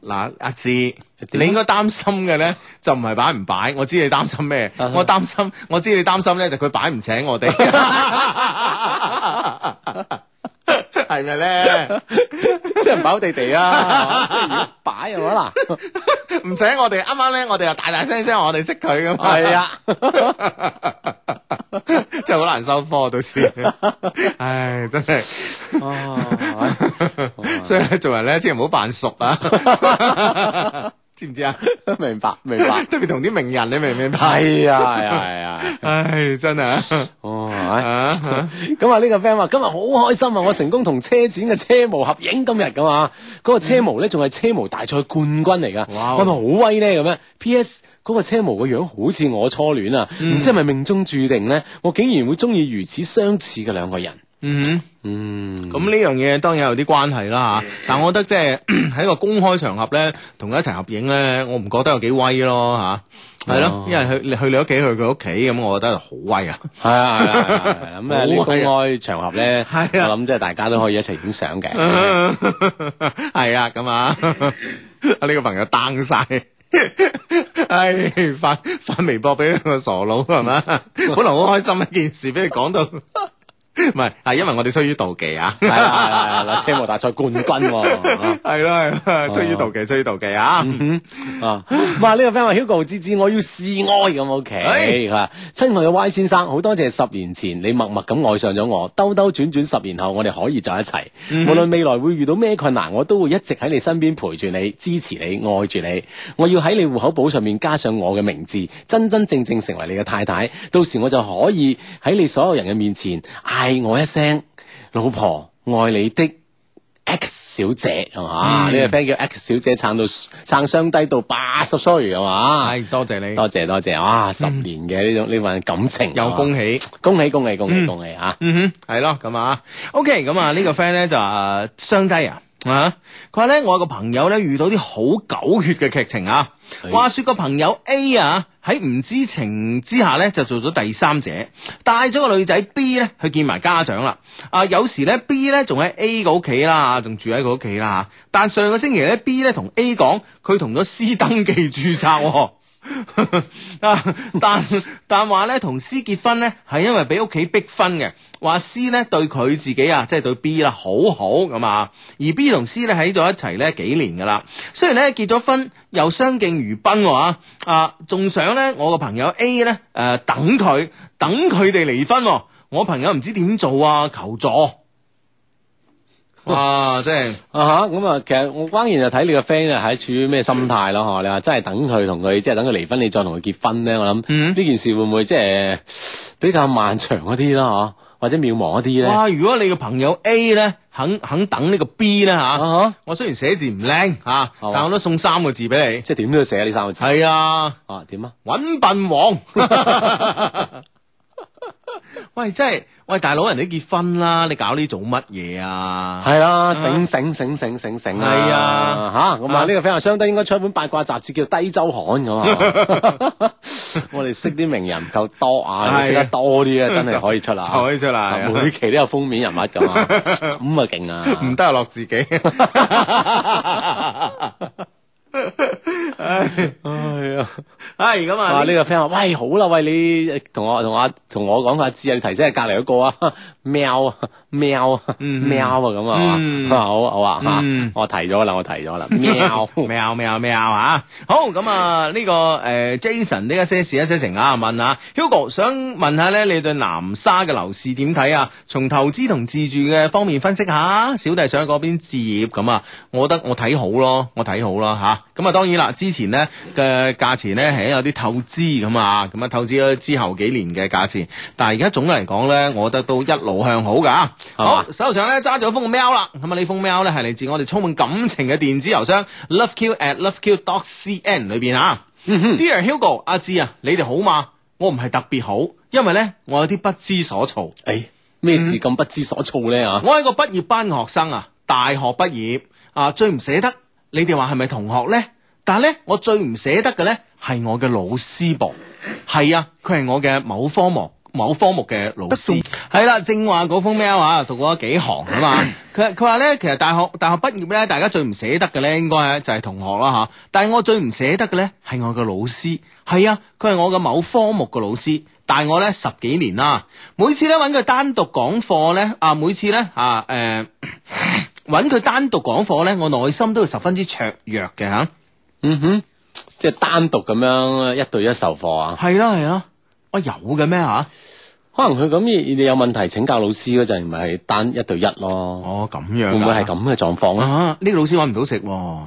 S1: 嗱，阿志，你
S3: 點啊
S1: 應該擔心嘅咧，就唔係擺唔擺，我知你擔心咩，
S3: 啊哈
S1: 我擔心，我知你擔心咧，就佢擺唔請我 哋，係咪咧？
S3: 即係唔擺好地地 啊！即係如果擺嘅話嗱，
S1: 唔請我哋，啱啱咧，我哋又大大聲聲話我哋識佢咁。
S3: 係啊，
S1: 真係好難收科啊到 時，唉，真係，
S3: 哦
S1: 所以咧做人咧，千祈唔好扮熟 啊，知唔知啊？
S3: 明白明白。
S1: 特別同啲名人，你明唔明白？
S3: 係啊係啊係啊！
S1: 唉，真係啊
S3: 哦，
S1: 啊
S3: 係
S1: 啊，
S3: 咁啊，呢個 friend 話今日好開心啊！我成功同車展嘅車模合影今日咁啊，嗰、個車模咧仲係車模大賽冠軍嚟噶，
S1: 哇
S3: 係咪好威咧咁樣？P.S. 嗰個車模個樣好似我初戀啊，唔、
S1: 嗯
S3: 知係咪命中注定咧？我竟然會中意如此相似嘅兩個人。
S1: 嗯。
S3: 嗯，
S1: 咁呢樣嘢當然有啲關係啦嚇，但我覺得即係 喺一個公開場合咧，同佢一齊合影咧，我唔覺得有幾威咯嚇，係咯
S3: 哦，
S1: 因為去你去你屋企去佢屋企咁，我覺得好威啊！
S3: 係啊係啊係啊係啊咁啊
S1: 好威
S3: 呢
S1: 啊
S3: 公開場合咧，
S1: 係啊嗯
S3: 我諗即係大家都可以一齊影相嘅。
S1: 係啊，咁啊， 呢個朋友 down 晒。 唉，發發微博俾個傻佬係 嘛？本來好開心一件事，俾你講到， 唔係係因為我哋出於妒忌啊，
S3: 係啊係啊係啊，車模大賽冠軍喎、啊
S1: 係啦係啦，出於妒忌，出於妒忌啊！
S3: 哦嗯哼啊！哇！呢、個 friend 話 Hugo 芝芝，我要示愛咁 OK。
S1: 哎
S3: 佢話親愛嘅 Y 先生，好多謝十年前你默默咁愛上咗我，兜兜轉轉十年後我哋可以在一齊。
S1: 嗯
S3: 無論未來會遇到咩困難，我都會一直喺你身邊陪住你、支持你、愛住你。我要喺你戶口簿上面加上我嘅名字，真真正正成為你嘅太太。到時我就可以喺你所有人嘅面前嗌我一聲老婆，愛你的。X 小姐係嘛？
S1: 嗯
S3: 呢個 friend 叫 X 小姐，撐到撐雙低到八十歲係嘛？
S1: 係多謝你，
S3: 多謝多謝，哇！十年嘅呢種呢份感情，
S1: 有恭
S3: 喜
S1: 喜。
S3: 恭喜恭喜恭喜
S1: 嗯
S3: 恭喜嚇！
S1: 嗯哼，係咯，咁啊，OK，咁啊呢個 friend 咧就話相低啊。啊！佢話咧，我有個朋友咧遇到啲好狗血嘅劇情啊！
S3: 係
S1: 話說個朋友 A 啊，喺唔知情之下咧就做咗第三者，帶咗個女仔 B 咧去見埋家長啦。啊，有時咧 B 咧仲喺 A 個屋企啦，仲住喺佢屋企啦。但上個星期咧 B 咧同 A 講，佢同咗 C 登記註冊喎。 但啊但但話咧，同 C 結婚咧係因為俾屋企逼婚嘅。話 C 咧對佢自己啊，即係對 B 啦，好好咁啊。而 B 同 C 咧喺咗一齊咧幾年噶啦，雖然咧結咗婚又相敬如賓喎啊，啊仲想咧我個朋友 A 咧誒、呃等佢等佢哋離婚喎，我朋友唔知點做啊，求助。哇！即係
S3: 啊哈，咁啊，其實我關鍵就睇你個 friend 係喺處於咩心態咯，嗬？你話真係等佢同佢，即係等佢離婚，你再同佢結婚咧，我諗
S1: 嗯
S3: 呢件事會唔會即係比較漫長一啲啦，嗬？或者渺茫一啲咧？
S1: 哇！如果你個朋友 A 咧肯肯等呢個 B 咧嚇。
S3: 啊哈，
S1: 我雖然寫字唔靚吓，
S3: 係嘛
S1: 但我都送三個字俾
S3: 哦即係點都要寫呢三個
S1: 你。
S3: 字
S1: 係啊，
S3: 啊？點啊？
S1: 揾笨王。 喂，真係喂，大佬人哋結婚啦，你搞呢做乜嘢啊？
S3: 係啦，醒醒醒醒醒醒啦！
S1: 係啊
S3: 嚇咁啊！呢個 friend 話相低應該出一本八卦雜誌叫《低周刊》咁 啊！我哋識啲名人唔夠多啊，
S1: 係
S3: 識得多啲啊，真係可以出啦！
S1: 就可以出啦
S3: 啊
S1: 係啊
S3: 每期都有封面人物咁 啊，咁啊勁啊！
S1: 唔得啊，落自 己。唉
S3: 哎呀！
S1: 唉，咁
S3: 啊！
S1: 啊，
S3: 呢個 friend 話：喂，好啦，喂，你呃同我同我同我講下知啊，你提醒下隔離嗰個啊， 喵啊喵啊
S1: 嗯
S3: 喵啊咁啊
S1: 嗯
S3: 係嘛， 好好啊嚇
S1: 嗯，
S3: 我提咗啦，我提咗啦，喵
S1: 啊喵 喵喵吓，好咁啊！呢、個诶、Jason 呢一些事一些情啊，問啊 Hugo 想問下咧，你對南沙嘅樓市點睇啊？從投資同自住嘅方面分析下，小弟想去嗰邊置業咁啊，我覺得我睇好咯，我睇好啦吓。咁啊，當然啦，之前咧嘅價錢咧係有啲透支咁啊，咁啊透支咗之後幾年嘅價錢，但係而家總嘅嚟講咧，我覺得都一路向好噶。
S3: 係嘛
S1: 好。手上咧揸住一封喵啦，咁啊呢封喵咧係嚟自我哋充滿感情嘅電子郵箱 loveq at loveq dot cn 裏邊啊。Dear Hugo，阿志啊，你哋好嘛？我唔係特別好，因為咧我有啲不知所措。
S3: 誒咩
S1: 嗯
S3: 事咁不知所措咧啊？
S1: 我係個畢業班嘅學生啊，大學畢業啊，最唔捨得你哋話係咪同學咧？但係咧，我最唔捨得嘅咧係我嘅老師噃，係啊，佢係我嘅某科目。某科目嘅老師係啦，正話嗰封 mail 啊，讀咗幾行啊 嘛。佢佢話咧，其實大學大學畢業咧，大家最唔捨得嘅咧，應該係就係同學啦吓。但係我最唔捨得嘅咧，係我嘅老師。係啊，佢係我嘅某科目嘅老師。大我咧十幾年啦，每次咧揾佢單獨講課咧，啊每次咧啊誒。 揾佢單獨講課咧，我內心都十分之雀弱嘅嚇。
S3: 嗯哼，即係單獨咁樣一對一授課啊？
S1: 係啦係啦，哦我有嘅咩嚇？
S3: 可能佢咁你有問題請教老師嗰陣，咪係單一對一咯？
S1: 哦咁樣
S3: 會
S1: 㗎
S3: 唔會係？咁嘅狀況咧？
S1: 啊！呢個老師揾唔到食 喎，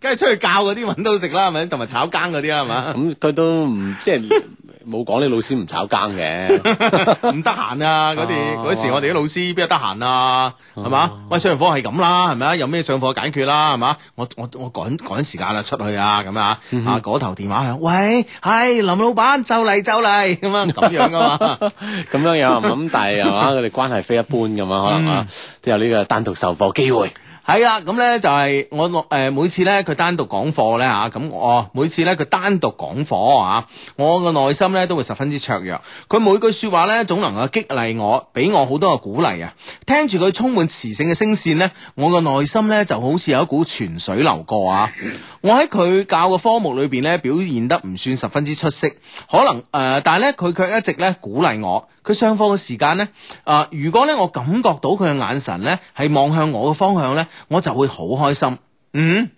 S1: 梗係出去教嗰啲揾到食啦，係咪？同埋炒更嗰啲啦，啊係 嘛？
S3: 咁佢都唔即係冇講你老師唔炒更嘅。
S1: 唔得閒啊！嗰啲
S3: 哦
S1: 嗰時我哋啲老師邊有得閒啊？係嘛？喂，上課係咁啦，係咪啊？有咩上課解決啦，係嘛？我我我趕趕時間啦，出去啊咁啊！啊嗰頭電話響，喂，係林老闆就嚟就嚟咁啊咁樣噶嘛。
S3: 咁樣樣咁，但係係嘛，佢哋關係非一般咁啊，可能啊，
S1: 嗯
S3: 都有呢個單獨授課機會。
S1: 係啦，咁咧就係我誒、呃每次咧佢單獨講課咧嚇，咁、我每次咧佢單獨講課啊，我個內心咧都會十分之雀弱。佢每句説話咧總能夠激勵我，俾我好多嘅鼓勵啊！聽住佢充滿磁性嘅聲線咧，我個內心咧就好似有一股泉水流過啊！我喺佢教嘅科目裏邊咧表現得唔算十分之出色，可能誒、呃但係咧佢卻一直咧鼓勵我。佢上課嘅時間咧，啊、如果咧我感覺到佢嘅眼神咧係望向我嘅方向咧，我就會好開心。嗯。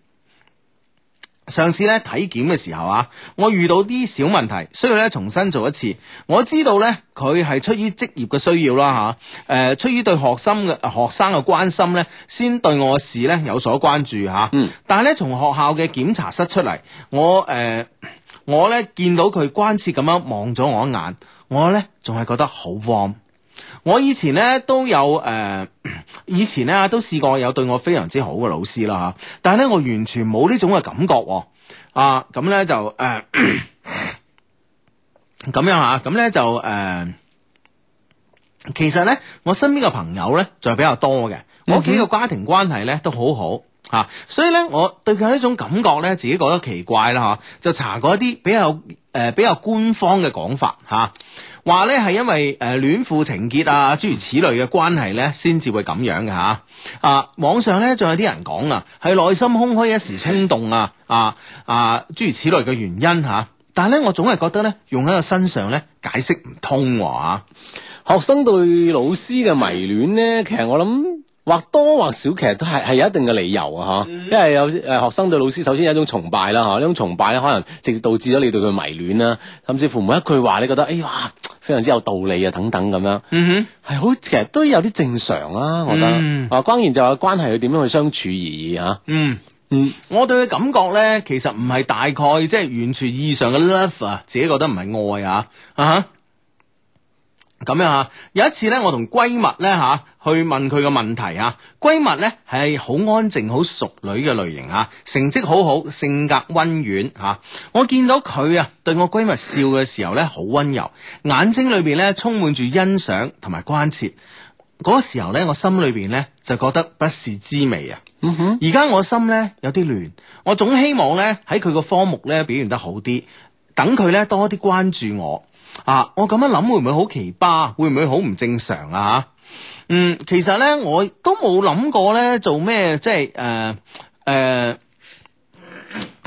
S1: 上次咧體檢嘅時候啊，我遇到啲小問題，需要咧重新做一次。我知道咧佢係出於職業嘅需要啦吓，誒、出於對學生嘅學生嘅關心咧，先對我嘅事咧有所關注吓。
S3: 嗯
S1: 但係咧從學校嘅檢查室出嚟，我誒、呃我咧見到佢關切咁樣望咗我一眼，我咧仲係覺得好 warm。我以前咧都有誒、呃以前咧都試過有對我非常之好嘅老師啦嚇，但係咧我完全冇呢種嘅感覺喎、啊，咁咧就誒咁、樣嚇， 咁咧就誒。呃其實咧，我身邊嘅朋友咧就係比較多嘅，我屋企嘅家庭關係咧都好好。吓、所以咧，我對佢呢種感覺咧，自己覺得奇怪啦，吓、就查過一啲比較誒、呃比較官方嘅講法吓、話咧係因為誒戀父情結啊，諸如此類嘅關係咧，先至會咁樣嘅嚇。啊，網上咧仲有啲人講啊，係內心空虛一時衝動啊，啊啊諸如此類嘅原因嚇、但係咧，我總係覺得咧，用喺我身上咧解釋唔通喎、啊
S3: 學生對老師嘅迷戀咧，其實我諗或多或少其實都係係有一定嘅理由啊，嚇、因為有誒學生對老師首先有一種崇拜啦，嚇、呢種崇拜咧可能直接導致咗你對佢迷戀啦，甚至乎每一句話你覺得，哎哇，非常之有道理啊，等等咁樣。
S1: 嗯
S3: 係好，其實都有啲正常啦、我覺得。
S1: 嗯
S3: 啊，關鍵就係關係佢點樣去相處而已啊。
S1: 哼，嗯。
S3: 嗯，
S1: 我對佢感覺咧，其實唔係大概即係完全意義上嘅 love 啊，自己覺得唔係愛啊，啊哈咁樣啊，有一次咧，我同閨蜜咧吓、去問佢個問題啊，閨蜜咧係好安靜、好淑女嘅類型啊，成績好好，性格温軟吓、啊我見到佢啊，對我閨蜜笑嘅時候咧，好温柔，眼睛裏邊咧充滿住欣賞同埋關切。嗰時候咧，我心裏邊咧就覺得不是滋味啊。
S3: 嗯哼，
S1: 而家我心咧有啲亂，我總希望咧喺佢個科目咧表現得好啲，等佢咧多啲關注我。啊，我咁樣諗會唔會好奇葩？會唔會好唔正常啊？嗯，其實咧我都冇諗過咧做咩，即係誒誒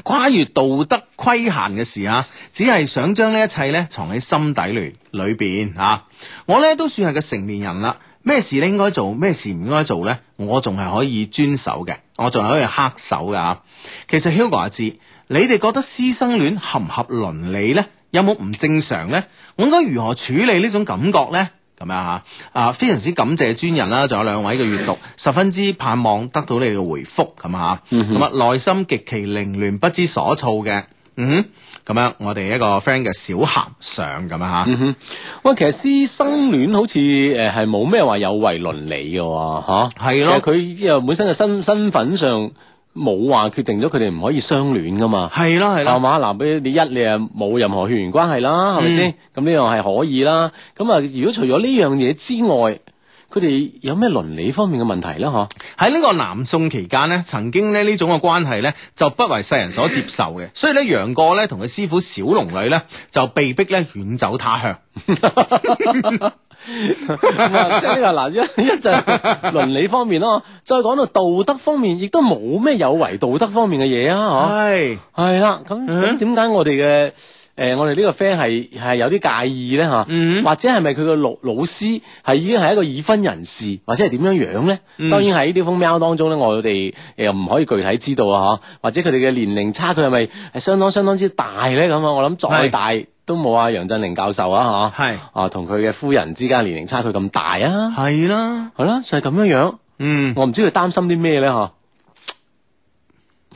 S1: 跨越道德規限嘅事啊，只係想將呢一切咧藏喺心底裏裏邊啊。我咧都算係個成年人啦，咩事咧應該做，咩事唔應該做咧，我仲係可以遵守嘅，我仲係可以恪守噶啊。其實 Hugo 阿志，你哋覺得師生戀合唔合倫理咧？有冇唔正常咧？我應該如何處理呢種感覺咧？咁樣吓，啊非常之感謝專人啦，仲有兩位嘅閱讀，十分之盼望得到你嘅回覆咁吓，
S3: 嗯哼
S1: 咁啊內心極其凌亂不知所措嘅，嗯哼，咁樣我哋一個 friend 嘅小鹹相咁樣啊吓，
S3: 嗯哼。喂，其實師生戀好似誒係冇咩話有違倫理嘅喎，嚇、
S1: 係
S3: 其實
S1: 咯，
S3: 佢又本身嘅身身份上冇話決定咗佢哋唔可以相戀噶嘛。
S1: 係咯係
S3: 係
S1: 咯，
S3: 嘛？嗱，俾你一你啊冇任何血緣關係啦，
S1: 嗯
S3: 係咪先？咁呢樣係可以啦。咁啊，如果除咗呢樣嘢之外，佢哋有咩倫理方面嘅問題咧？嗬？
S1: 喺呢個南宋期間呢，曾經咧呢種嘅關係呢，就不為世人所接受嘅，所以呢，楊過呢，同佢師傅小龍女呢，就被逼呢遠走他鄉。
S3: 咁啊即係呢個嗱，一一就係倫理方面咯，再講到道德方面，亦都冇咩有違道德方面嘅嘢啊，
S1: 係
S3: 嗬？係啦，咁
S1: 嗯
S3: 咁點解我哋嘅誒我哋呢個 friend 係係有啲介意咧嚇？
S1: 嗯
S3: 或者係咪佢個老老師係已經係一個已婚人士，或者係點樣樣咧？
S1: 嗯
S3: 當然喺呢封 mail 當中咧，我哋又唔可以具體知道啊，嗬或者佢哋嘅年齡差距係咪係相當相當之大咧？咁啊，我諗再
S1: 係
S3: 大都冇啊楊振寧教授啊，嚇
S1: 係
S3: 啊，同佢嘅夫人之間年齡差距咁大啊，
S1: 係啦，
S3: 係啦，就係咁樣樣。
S1: 嗯，
S3: 我唔知佢擔心啲咩咧，嗬。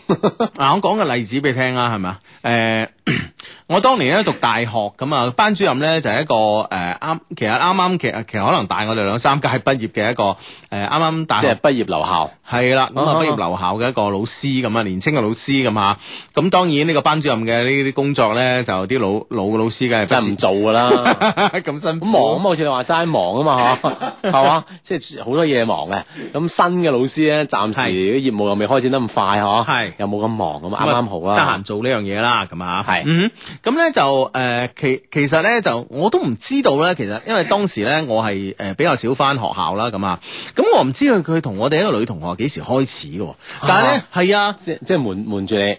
S1: 嗱，我講個例子俾你聽啊，係咪啊？誒、 我當年咧讀大學咁啊，班主任咧就係一個誒啱、其實啱啱其實其實可能大我哋兩三屆畢業嘅一個誒啱啱大
S3: 即係
S1: 學
S3: 畢業留校，
S1: 係啦，咁
S3: 啊
S1: 啊
S3: 啊
S1: 畢業留校嘅一個老師咁啊，年青嘅老師咁啊，咁當然呢個班主任嘅呢啲工作咧，就啲老老嘅老師梗係
S3: 真係唔
S1: 不
S3: 做噶啦。
S1: 是咁辛苦，
S3: 咁忙啊嘛，好似你話齋忙 啊嘛，嚇，係嘛？即係好多嘢忙嘅。咁新嘅老師咧，暫時
S1: 係
S3: 啲業務又未開展得咁快，嗬，
S1: 係
S3: 又冇咁忙咁，
S1: 咁
S3: 啱
S1: 啊
S3: 啱好
S1: 得
S3: 啦
S1: 閒。做呢樣嘢啦，咁啊，
S3: 係
S1: 嗯哼，咁咧就誒、呃其其實咧就我都唔知道咧，其實因為當時咧我係誒、呃比較少翻學校啦，咁啊，咁我唔知佢佢同我哋一個女同學幾時開始嘅喎，但係咧係啊。
S3: 即即係瞞瞞住你，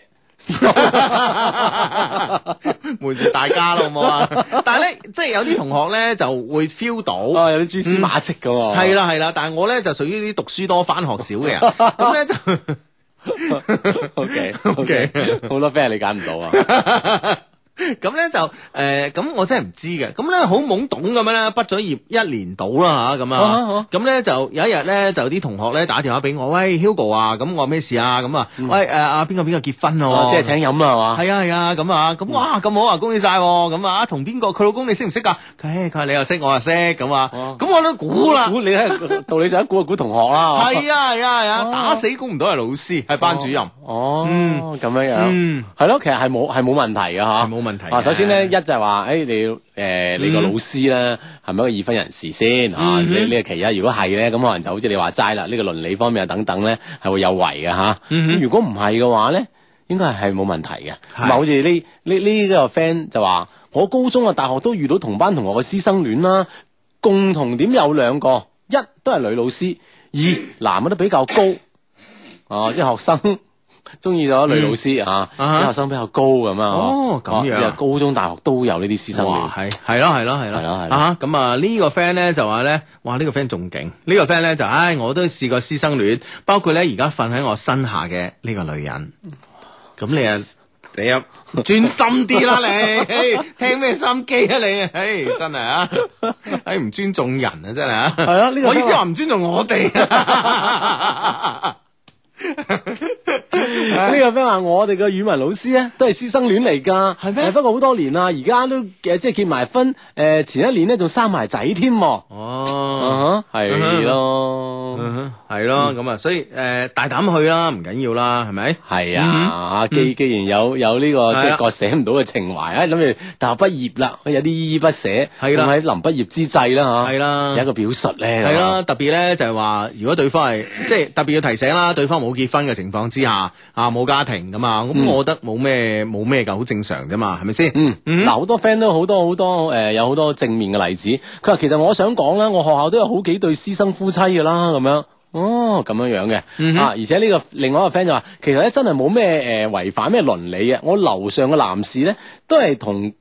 S1: 瞞住大家咯，好冇啊！但係咧，即係有啲同學咧就會 feel 到，
S3: 啊有啲蛛絲馬跡噶喎。
S1: 嗯係，啦係啦，但係我咧就屬於啲讀書多翻學少嘅人，咁咧就
S3: OK
S1: OK
S3: OK，好多 friend 理解唔到啊。
S1: 咁咧就誒，呃咁、我真係唔知嘅。咁咧好懵懂咁樣咧，畢咗業一年到啦嚇，咁
S3: 啊啊
S1: 啊
S3: 啊，
S1: 咁咧就有一日咧就啲同學咧打電話俾我，喂 Hugo 啊，咁我話咩事啊？咁啊，喂誒啊邊個邊個結婚咯
S3: 嗯哦？即係請飲啦，係嘛？
S1: 係啊係啊，咁啊，咁哇咁好啊，恭喜晒喎咁啊，同邊個佢老公你識唔識啊？佢唉佢話你又識，我又識咁啊，
S3: 哦
S1: 咁我都估啦。
S3: 估你係道理上估就估同學啦。
S1: 係啊係啊係啊，
S3: 哦
S1: 打死估唔到係老師，係班主任。
S3: 哦，
S1: 嗯
S3: 咁樣樣。
S1: 嗯，
S3: 係咯，其實係冇係冇問題嘅嚇，
S1: 係冇問題嘅
S3: 啊，首先咧，一就係話，誒、哎你誒你個
S1: 嗯
S3: 老師咧係咪一個已婚人士先嚇？呢
S1: 嗯哼
S3: 呢個其一，如果係咧，咁可能就好似你話齋啦，呢、個倫理方面啊等等咧係會有違嘅嚇。
S1: 嗯
S3: 咁
S1: 哼
S3: 如果唔係嘅話咧，應該係係冇問題嘅。唔
S1: 係
S3: 係好似呢呢呢個 friend 就話。我高中啊、大學都遇到同班同學嘅師生戀啦，共同點有兩個，一都係女老師，二男嘅都比較高，哦、即係學生中意咗女老師啊，
S1: 啊
S3: 啲學生比較高咁啊，
S1: 哦咁樣
S3: 啊高中、大學都有呢啲師生戀
S1: 哇，，係係咯係咯係咯，
S3: 係咯係咯
S1: 啊咁啊呢個 friend 咧就話咧，哇呢個 friend 仲勁，呢個 friend 咧就唉我都試過師生戀，包括咧而家瞓喺我身下嘅呢個女人，咁你啊你啊專心啲啦 你，嘿聽咩心機啊你，唉真係啊，唉唔尊重人啊真係啊，係
S3: 係啊呢個
S1: 我意思話唔尊重我哋啊。
S3: 呢個 friend 話我哋嘅語文老師咧都係師生戀嚟㗎，係
S1: 咩
S3: 不過好多年啦，而家都誒即係結埋婚，誒前一年咧仲生埋仔添喎。
S1: 哦。
S3: 啊哈，係咯。
S1: 嗯哼係咯，咁啊，所以誒、大膽去啦，唔緊要啦，係咪？
S3: 係啊，既既然有有呢
S1: 係啊
S3: 個即係割捨唔到嘅情懷，啊諗住大學畢業啦，有啲依依不捨，
S1: 係啦
S3: 咁喺臨畢業之際啦嗯
S1: 係啦
S3: 啊嚇，有一個啊表述咧，
S1: 係啦，，特別咧就係話，如果對方係即係特別要提醒啦，對方冇結婚嘅情況之下，啊冇家庭噶嘛，咁
S3: 嗯
S1: 我覺得冇咩冇咩㗎，好正常啫嘛，係咪先？
S3: 嗯，
S1: 嗯
S3: 嗱好多 friend 都好多好多誒、呃有好多正面嘅例子。佢話其實我想講啦，我學校都有好幾對師生夫妻㗎啦，咁樣。哦，咁樣樣嘅、
S1: 嗯哼
S3: 啊，而且呢、個另外一個 friend 就話，其實咧真係冇咩誒違反咩倫理嘅。我樓上嘅男士咧，都係同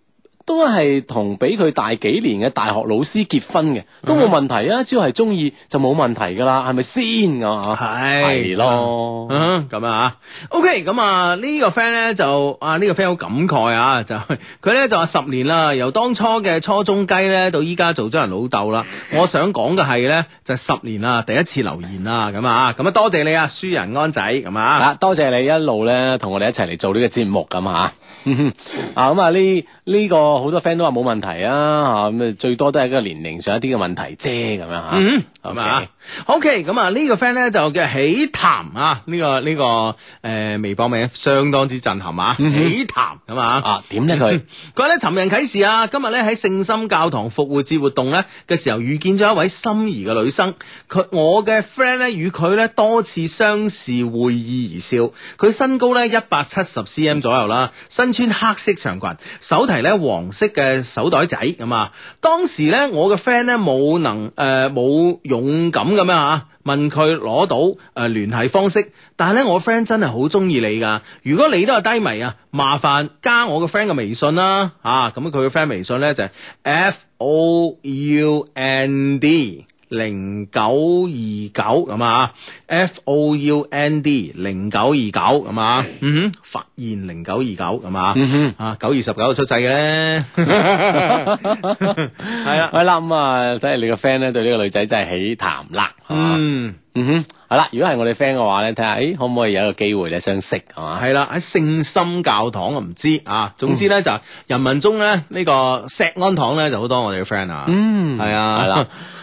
S3: 都係同比佢大幾年嘅大學老師結婚嘅，都
S1: 嗯
S3: 冇問題啊。只要係中意就冇問題㗎啦，係咪先啊？
S1: 係
S3: 係咯
S1: 嗯咁啊，OK，咁啊呢個 friend 咧就啊呢個 friend 好感慨啊， 就係佢咧就話十年啦，由當初嘅初中雞咧到依家做咗人老豆啦。我想講嘅係咧就係十年啦，第一次留言啦，咁啊咁啊多謝你啊，舒仁安仔咁啊。
S3: 啊，多謝你一路咧同我哋一齊嚟做呢個節目咁吓。嗯哼 啊咁啊呢呢個好多 friend 都話冇問題啊吓咁啊最多都係一個年齡上一啲嘅問題啫咁樣吓。
S1: 嗯，咁
S3: OK
S1: 啊，OK，咁啊呢個 friend 咧就叫喜談啊，呢、個呢、個誒、呃微博名相當之震撼啊，
S3: 嗯哼
S1: 喜談咁啊。
S3: 啊點咧 佢？
S1: 佢咧尋人啟事啊，今日咧喺聖心教堂復活節活動咧嘅時候遇見咗一位心儀嘅女生，佢我嘅 friend 咧與佢咧多次相視會意而笑，佢身高咧一百七十 cm 左右啦，身穿黑色長裙，手提咧黃色嘅手袋仔咁啊。當時咧我嘅 friend 咧冇能誒冇、勇敢咁樣啊。問佢攞到誒、呃、聯繫方式，但係咧我 friend 真係好中意你㗎。如果你都係低迷啊，麻煩加我個 friend 嘅微信啦啊！咁佢個 friend 微信咧就係、F O U N D。零九二九咁啊，F O U N D 零九二九咁啊，嗯哼，發現零九二九咁啊，
S3: 嗯哼。
S1: 啊九月十九出世嘅 咧， 啊係啦，
S3: 係啦，咁啊，睇嚟你個 friend 咧對呢個女仔真係起談啦，係嘛
S1: 嗯。
S3: 嗯哼，係啦，如果係我哋 friend 嘅話咧，睇下，誒，可唔可以有一個機會咧相識，係嘛？
S1: 系啦，喺聖心教堂我唔知啊。總
S3: 嗯
S1: 之咧就係人民中咧呢個石安堂咧就好多我哋嘅 friend 啊。
S3: 嗯
S1: 係啊，
S3: 係啦，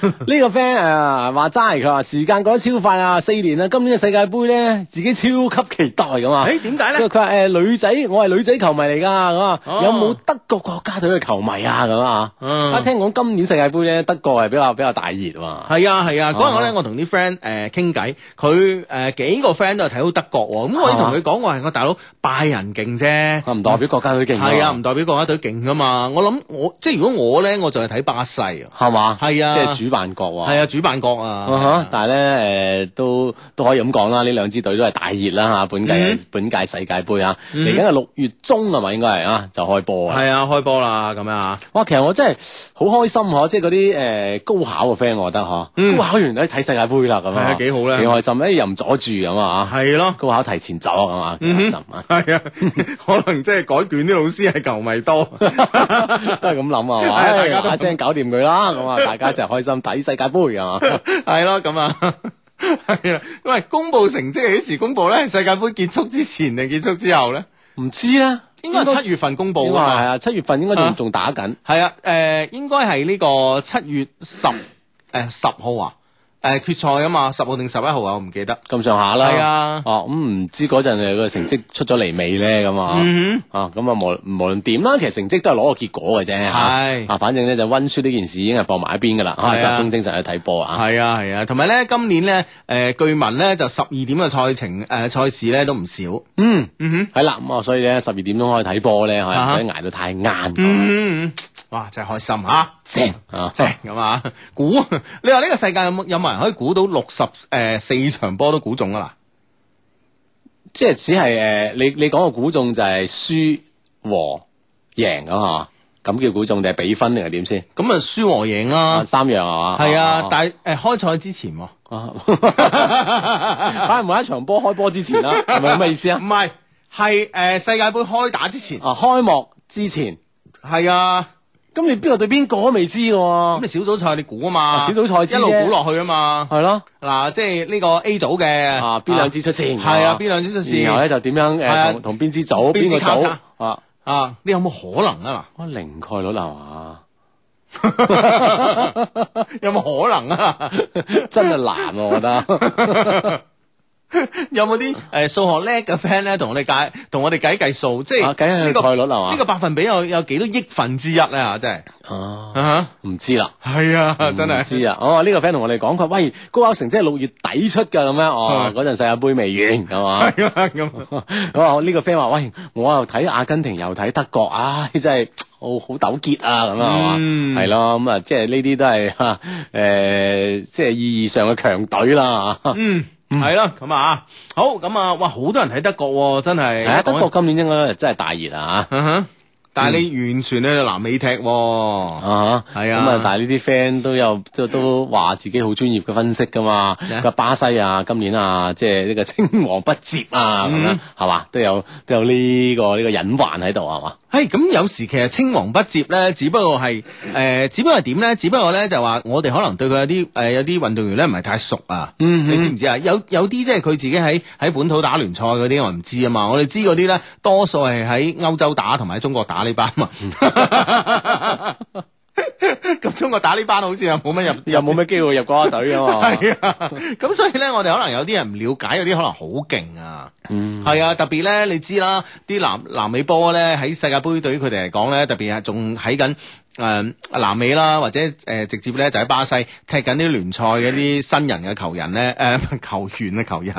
S3: 呢個 friend 啊話齋，佢話時間過得超快啊，四年啦，今年嘅世界盃咧，自己超級期待咁 啊。
S1: 哎誒點解
S3: 佢
S1: 咧？
S3: 佢話誒女仔，我係女仔球迷嚟㗎，咁啊
S1: 哦
S3: 有冇德國國家隊嘅球迷啊？咁啊，
S1: 嗯
S3: 啊聽講今年世界盃咧，德國係比較比較大熱喎。
S1: 係啊係啊，嗰日咧
S3: 啊
S1: 我同啲 friend 誒傾偈，佢誒幾個 friend 都係睇好德國喎。咁我已經同佢講，我係我大佬拜仁勁啫。
S3: 哦啊唔代表國家隊勁喎
S1: 係啊，唔，代表國家隊勁噶嘛。我諗我即係如果我咧，我就係睇巴西啊。
S3: 係嘛？
S1: 係啊
S3: 即係主辦國喎。
S1: 係啊，主辦國
S3: 啊
S1: 啊。
S3: 哈但係咧誒都都可以咁講啦，呢兩支隊都係大熱啦嚇，本屆、
S1: 嗯
S3: 本屆世界盃啊，
S1: 嗯
S3: 嚟緊係六月中係咪應該係啊就開波啊！
S1: 係啊，開波啦咁樣啊。
S3: 哇，其實我真係好開心嗬，即係嗰啲誒高考嘅 friend，我覺得嗬，
S1: 嗯
S3: 高考完哎都睇世界盃啦咁
S1: 係啊
S3: 啊，
S1: 幾好咧
S3: 幾開心，誒又唔阻住咁啊嚇
S1: 係咯。
S3: 高考提前走啊嘛，幾開
S1: 嗯
S3: 心
S1: 哼
S3: 啊，
S1: 係啊，可能即係改卷啲老師係球迷 多。
S3: 都係咁諗啊
S1: 係
S3: 嘛，
S1: 啊大
S3: 唉
S1: 家都
S3: 嗱嗱聲搞掂佢 啦，咁啊，大家一齊開心睇世界盃啊嘛，
S1: 系咯，咁啊，系啊，喂，公布成績係幾時公布咧？係世界盃結束之前定結束之後咧？
S3: 唔知咧，
S1: 應該係七月份公布
S3: 應該
S1: 㗎
S3: 係
S1: 嘛。
S3: 啊，七月份應該
S1: 啊
S3: 仲仲打緊，
S1: 係啊，诶、應該係呢個七月十诶十號啊，诶決賽啊嘛，十號定十一號啊，我唔記得。
S3: 咁上下啦。
S1: 係啊
S3: 哦，咁唔知嗰陣誒個成績出咗嚟未咧？咁啊。
S1: 嗯
S3: 啊，咁啊，無無論點啦，其實成績都係攞個結果嘅啫，
S1: 係
S3: 啊，反正咧就温書呢件事已經係放埋一邊噶啦，啊，
S1: 係
S3: 集
S1: 啊
S3: 中精神去睇波啊，
S1: 係啊係啊，同埋咧今年咧诶據聞咧就十二點嘅賽程诶賽事咧都唔少。
S3: 嗯，
S1: 嗯哼。
S3: 係啦，咁啊，所以咧十二點鐘開始睇波咧，可
S1: 啊哈
S3: 能捱到太晏，
S1: 嗯，嗯嗯哇！真係開心吓，
S3: 正啊，
S1: 正咁啊！估你話呢個世界有冇有冇人可以估到六十诶四場波都估中啊
S3: 即係只係诶，你你講個估中就係輸和贏咁啊，咁叫估中定係比分定係點先？
S1: 嗱？咁啊輸和贏啦
S3: 啊，，三樣啊嘛，
S1: 係啊， 但係诶開賽之前喎，
S3: 啊，反正每一場波開波之前啦，係咪咁嘅意思
S1: 唔
S3: 啊？
S1: 係係诶世界盃開打之前，
S3: 啊，開幕之前，
S1: 係啊，
S3: 咁你邊個對邊個都未知嘅喎
S1: 咁你。小組賽你估啊嘛，
S3: 啊小組賽知啫
S1: 一路估落去啊嘛，
S3: 系咯，
S1: 嗱即係呢個 A 組嘅
S3: 啊邊兩支出線？
S1: 係啊邊兩支出線
S3: 然後咧就點樣
S1: 係啊
S3: 诶同同邊支組
S1: 邊
S3: 邊
S1: 支
S3: 個
S1: 交
S3: 組
S1: 叉
S3: 啊？
S1: 啊，你有冇可能 啊？嗱？
S3: 哇零概率啦係嘛，
S1: 有冇可能啊？
S3: 真係難喎我 覺得。
S1: 有冇啲誒數學叻嘅 friend 咧，同我哋計同我哋計計數，即
S3: 啊
S1: 係
S3: 計下佢
S1: 呢個
S3: 概率係嘛
S1: 呢個百分比有有幾多億分之一咧啊！真係
S3: 啊，
S1: 啊
S3: 唔知啦。
S1: 哈，係啊，真
S3: 唔
S1: 係
S3: 知啊！哦，呢個 friend 同我哋講，佢話喂高考成績係六月底出㗎咁樣，
S1: 啊
S3: 哦嗰陣世界盃未完係嘛？
S1: 係啊咁。
S3: 咁啊呢個 friend 話喂我又睇阿根廷又睇德國，唉 真係好好糾結啊咁啊係嘛？
S1: 嗯
S3: 係咯咁啊，即係呢啲都係 嚇誒，即係意義上嘅強隊啦。 啊
S1: 嗯，係啦，咁啊，好咁啊，哇，好多人睇德國喎，真係。
S3: 係啊，德國今年應該真係大熱啊
S1: 嗯哼，但係你完全去南美踢
S3: 嚇！
S1: 喎。
S3: 啊哈，
S1: 係啊
S3: 咁啊，但係呢啲 friend 都有都都話自己好專業嘅分析噶嘛，
S1: 係啊
S3: 個巴西啊，今年啊，即係呢個青黃不接啊，咁樣
S1: 嗯
S3: 係嘛，都有都有呢個呢個隱患喺度係嘛，
S1: 係咁，有時其實青黃不接咧，只不過係誒、呃只不過係點咧？只不過咧就話我哋可能對佢有啲誒、呃有啲運動員咧唔係太熟啊。
S3: 嗯哼
S1: 你知唔知啊？有有啲即係佢自己喺喺本土打聯賽嗰啲，我唔知啊嘛。我哋知嗰啲咧，多數係喺歐洲打同埋喺中國打呢班嘛。 咁中國打呢班好似又冇乜入
S3: 又冇咩機會入國家隊啊嘛，
S1: 係啊，咁所以咧，我哋可能有啲人唔了解，有啲可能好勁啊。
S3: 嗯
S1: 係啊，特別咧，你知啦，啲南南美波咧喺世界盃對於佢哋嚟講咧，特別係仲喺緊誒南美啦，或者誒、呃直接咧就喺巴西踢緊啲聯賽嘅啲新人嘅球人 咧，誒、呃、球員啊 球人，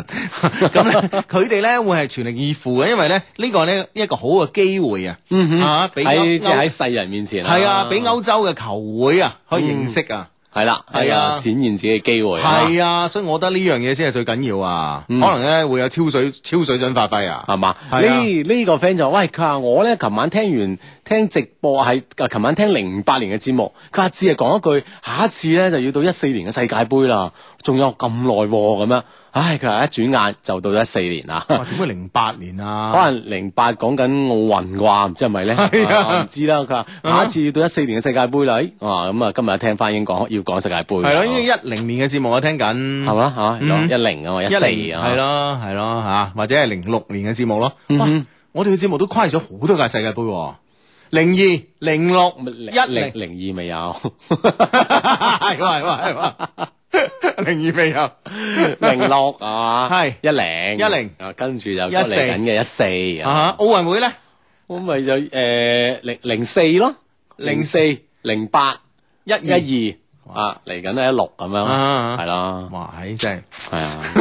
S1: 咁咧佢哋咧會係全力以赴嘅，因為咧呢、個咧一個好嘅機會啊，
S3: 嗯哼
S1: 啊俾歐
S3: 喺即係喺世人面前
S1: 係啊，俾歐洲嘅球會啊可以認識啊。
S3: 係啦，
S1: 係啊
S3: 有展現自己嘅機會嗯啊
S1: 係啊，所以我覺得呢樣嘢先係最緊要啊，
S3: 嗯
S1: 可能咧會有超水超水準發揮啊，
S3: 係嘛？
S1: 係啊
S3: 呢呢個 friend 就話喂，佢話我咧，琴晚聽完聽直播係，啊琴晚聽零八年嘅節目，佢話只係講一句，下一次咧就要到一四年嘅世界盃啦，仲有咁耐喎咁樣。唉，佢話一轉眼就到咗一四年啦。
S1: 哇，點會零八年啊？
S3: 可能零八講緊奧運啩，唔知係咪 咧？
S1: 係啊
S3: 唔知啦。佢話下一次到一四年嘅世界盃啦，咦啊咁啊，今日聽翻已經講要講世界盃啦。
S1: 係咯，因為一零年嘅節目我聽緊，
S3: 係？嘛
S1: 嗯
S3: 嚇，一零啊嘛，一四啊，
S1: 係，咯係咯嚇，或者係零六年嘅節目咯。
S3: 嗯
S1: 哇
S3: 哼，
S1: 我哋嘅節目都跨越咗好多屆世界盃喎，零二、零六、一
S3: 一
S1: 零
S3: 啊零，零二未 有。
S1: 係喎係喎係喎，零二未有，
S3: 零六係嘛？
S1: 係
S3: 一零
S1: 10
S3: 啊，跟住就嚟
S1: 14
S3: 緊嘅一四
S1: 啊！
S3: 啊，
S1: 奧運會咧，
S3: 咁咪就誒零零四咯，零四零八
S1: 一二
S3: 一二啊，嚟緊係一六咁
S1: 啊
S3: 樣，係啦，
S1: 哇！唉，真係。
S3: 係啊。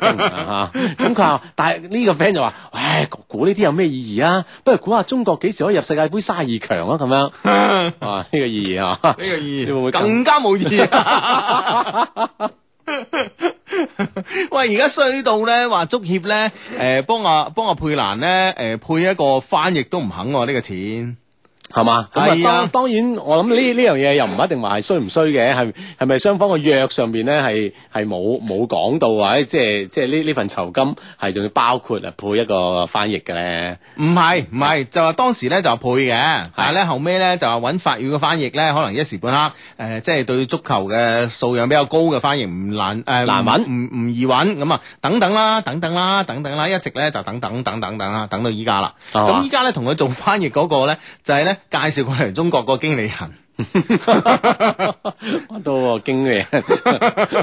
S3: 驚啊咁佢話，但係呢個 friend 就話，唉，估呢啲有咩意義啊？不如估下中國幾時可以入世界盃卅二強啊？咁樣，哇，呢個意義啊，
S1: 呢個 意義
S3: 你會唔會
S1: 更加冇意義。 喂，而家衰到咧，話足協咧，誒幫阿幫阿佩蘭咧，誒配一個翻譯都唔肯喎，呢個錢。
S3: 係嘛？咁
S1: 係
S3: 啊
S1: 啊
S3: 當，當然，我諗呢呢樣嘢又唔一定話係衰唔衰嘅，係係咪雙方個約上邊咧係係冇冇講到話，哎即係即係呢呢份酬金係仲要包括啊配一個翻譯嘅 咧，
S1: 唔
S3: 嗯
S1: 係唔係，就話當時咧就配嘅，但係咧後尾咧就話揾法語嘅翻譯咧，可能一時半刻誒、呃即係對足球嘅素養比較高嘅翻譯唔難誒、呃
S3: 難揾
S1: 唔唔唔易揾咁啊，等等啦，等等啦，等等啦，一直咧就等等等等等啦，等到依家啦。
S3: 係嘛啊
S1: 咁依家咧同佢做翻譯嗰個咧，就係、呢咧介紹過嚟中國個經理人。
S3: 都經理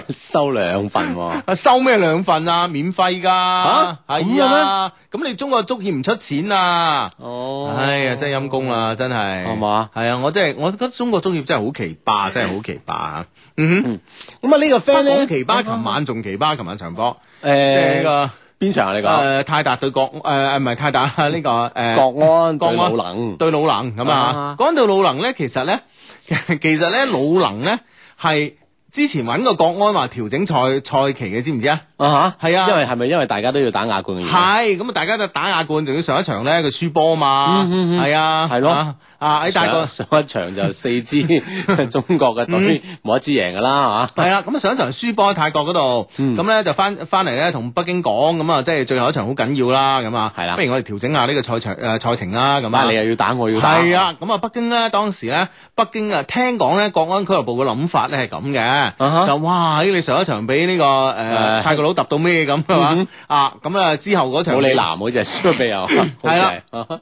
S3: 收兩份喎。
S1: 啊，收咩兩份啊？免費噶，
S3: 啊
S1: 係啊，咁你中國足協唔出錢啊？
S3: 哦
S1: 哎呀，真係陰公！啦，真係，
S3: 係嘛嗯
S1: 係啊，我真係，我覺得中國足協真係好奇葩，真係好奇葩啊！嗯哼，
S3: 咁啊呢個 friend 咧，
S1: 講奇葩，琴晚仲奇葩，琴晚場波，即係呢
S3: 誒
S1: 個
S3: 邊場啊？你講
S1: 誒泰達對國誒唔係泰達 啊呢個誒
S3: 國安
S1: 國
S3: 對
S1: 安
S3: 魯能，
S1: 對魯能咁啊
S3: 啊。
S1: 講到魯能咧，其實咧， 其實咧魯能咧係之前揾個國安話調整賽賽期嘅，知唔知啊？
S3: 啊嚇，
S1: 係啊
S3: 因為係咪因為大家都要打亞冠嘅原因？
S1: 係咁啊！大家就打亞冠，仲要上一場咧，佢輸波嘛，
S3: 嗯嗯嗯
S1: 係啊，
S3: 係咯
S1: 啊啊喺大個
S3: 上上一場就四支 中國嘅隊冇一支贏㗎啦
S1: 嗯係啦，咁啊上一場輸波喺泰國嗰度，
S3: 嗯
S1: 咁咧就翻翻嚟咧同北京講，咁啊即係最後一場好緊要啦，咁啊，
S3: 係啦
S1: 不如我哋調整下呢個賽場誒賽程啦，
S3: 嚇，
S1: 咁
S3: 咁
S1: 啊
S3: 啊你又要打我要打，
S1: 係，啊，咁啊，北京咧當時咧，北京啊，聽講咧，國安俱樂部嘅諗法咧係咁嘅，
S3: 啊哈
S1: 就哇，咦你上一場俾呢個誒
S3: 誒
S1: 泰國佬揼到咩咁係嘛？啊，咁啊之後嗰場
S3: 嗯冇你南好似係輸咗俾我， 好似係啊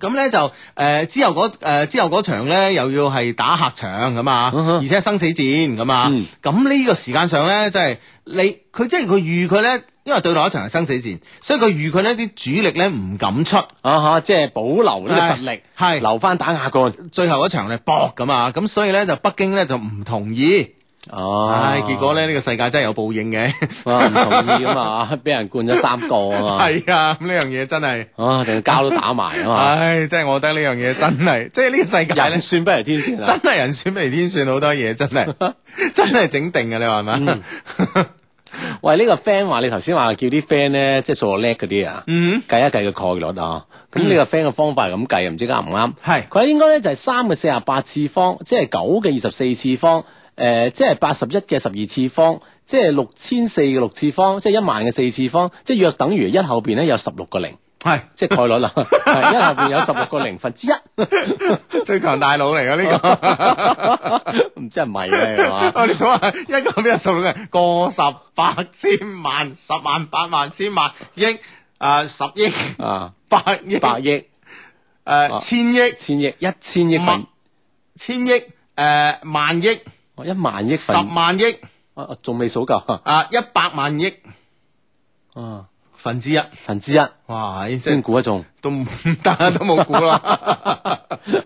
S1: 咁咧就誒、呃之後嗰、呃之後嗰場咧又要係打客場咁啊，
S3: 嗯哼
S1: 而且係生死戰咁啊
S3: 嗯，
S1: 咁呢、個時間上咧，即係你佢即係佢預佢咧，因為對落一場係生死戰，所以佢預佢呢啲主力咧唔敢出，
S3: 啊嚇，即係保留呢個實力，
S1: 係
S3: 留翻打亞冠。
S1: 最後一場咧搏咁啊，咁所以咧就北京咧就唔同意，
S3: 哦
S1: 唉，結果咧呢、個世界真係有報應嘅，
S3: 哇，唔同意啊 嘛，俾人灌咗三個啊 嘛，
S1: 係啊，咁呢樣嘢真係，
S3: 啊，仲要交都打埋啊嘛，
S1: 唉，即係我覺得呢樣嘢真係，即係呢個世界咧
S3: 人。算不如天算
S1: 真
S3: 啊！
S1: 係人算未天算，好多嘢真係 真係整定嘅，你話係咪？
S3: 喂，呢個 friend 話你頭先話叫啲 friend 咧，即係數學叻嗰啲啊，
S1: 嗯，
S3: 計一計個概率啊。咁呢個 friend 嘅方法係咁計，唔知啱唔啱？
S1: 係
S3: 佢應該咧就係三嘅四十八次方，即係九嘅二十四次方，誒、即係八十一嘅十二次方，即係六千四嘅六次方，即係一萬嘅四次方，即係約等於一後邊咧有十六 個零，
S1: 係
S3: 即係概率啦，係一後邊有十六個零分之一。
S1: 最強大腦嚟嘅呢個。
S3: 唔知係咪咧，係嘛？
S1: 我哋數下，一個邊有數嘅？個十百千萬十萬百萬千萬億啊十億
S3: 啊，
S1: 百億
S3: 百哦億、
S1: 誒千億
S3: 千億、一千億份
S1: 萬，千億誒萬億
S3: 哦一萬億
S1: 十
S3: 份，
S1: 萬億
S3: 啊啊仲未數夠
S1: 啊一百萬億
S3: 啊，
S1: 分之一。
S3: 分之一
S1: 哇！即係
S3: 先估 得中，
S1: 都唔得，都冇估啦。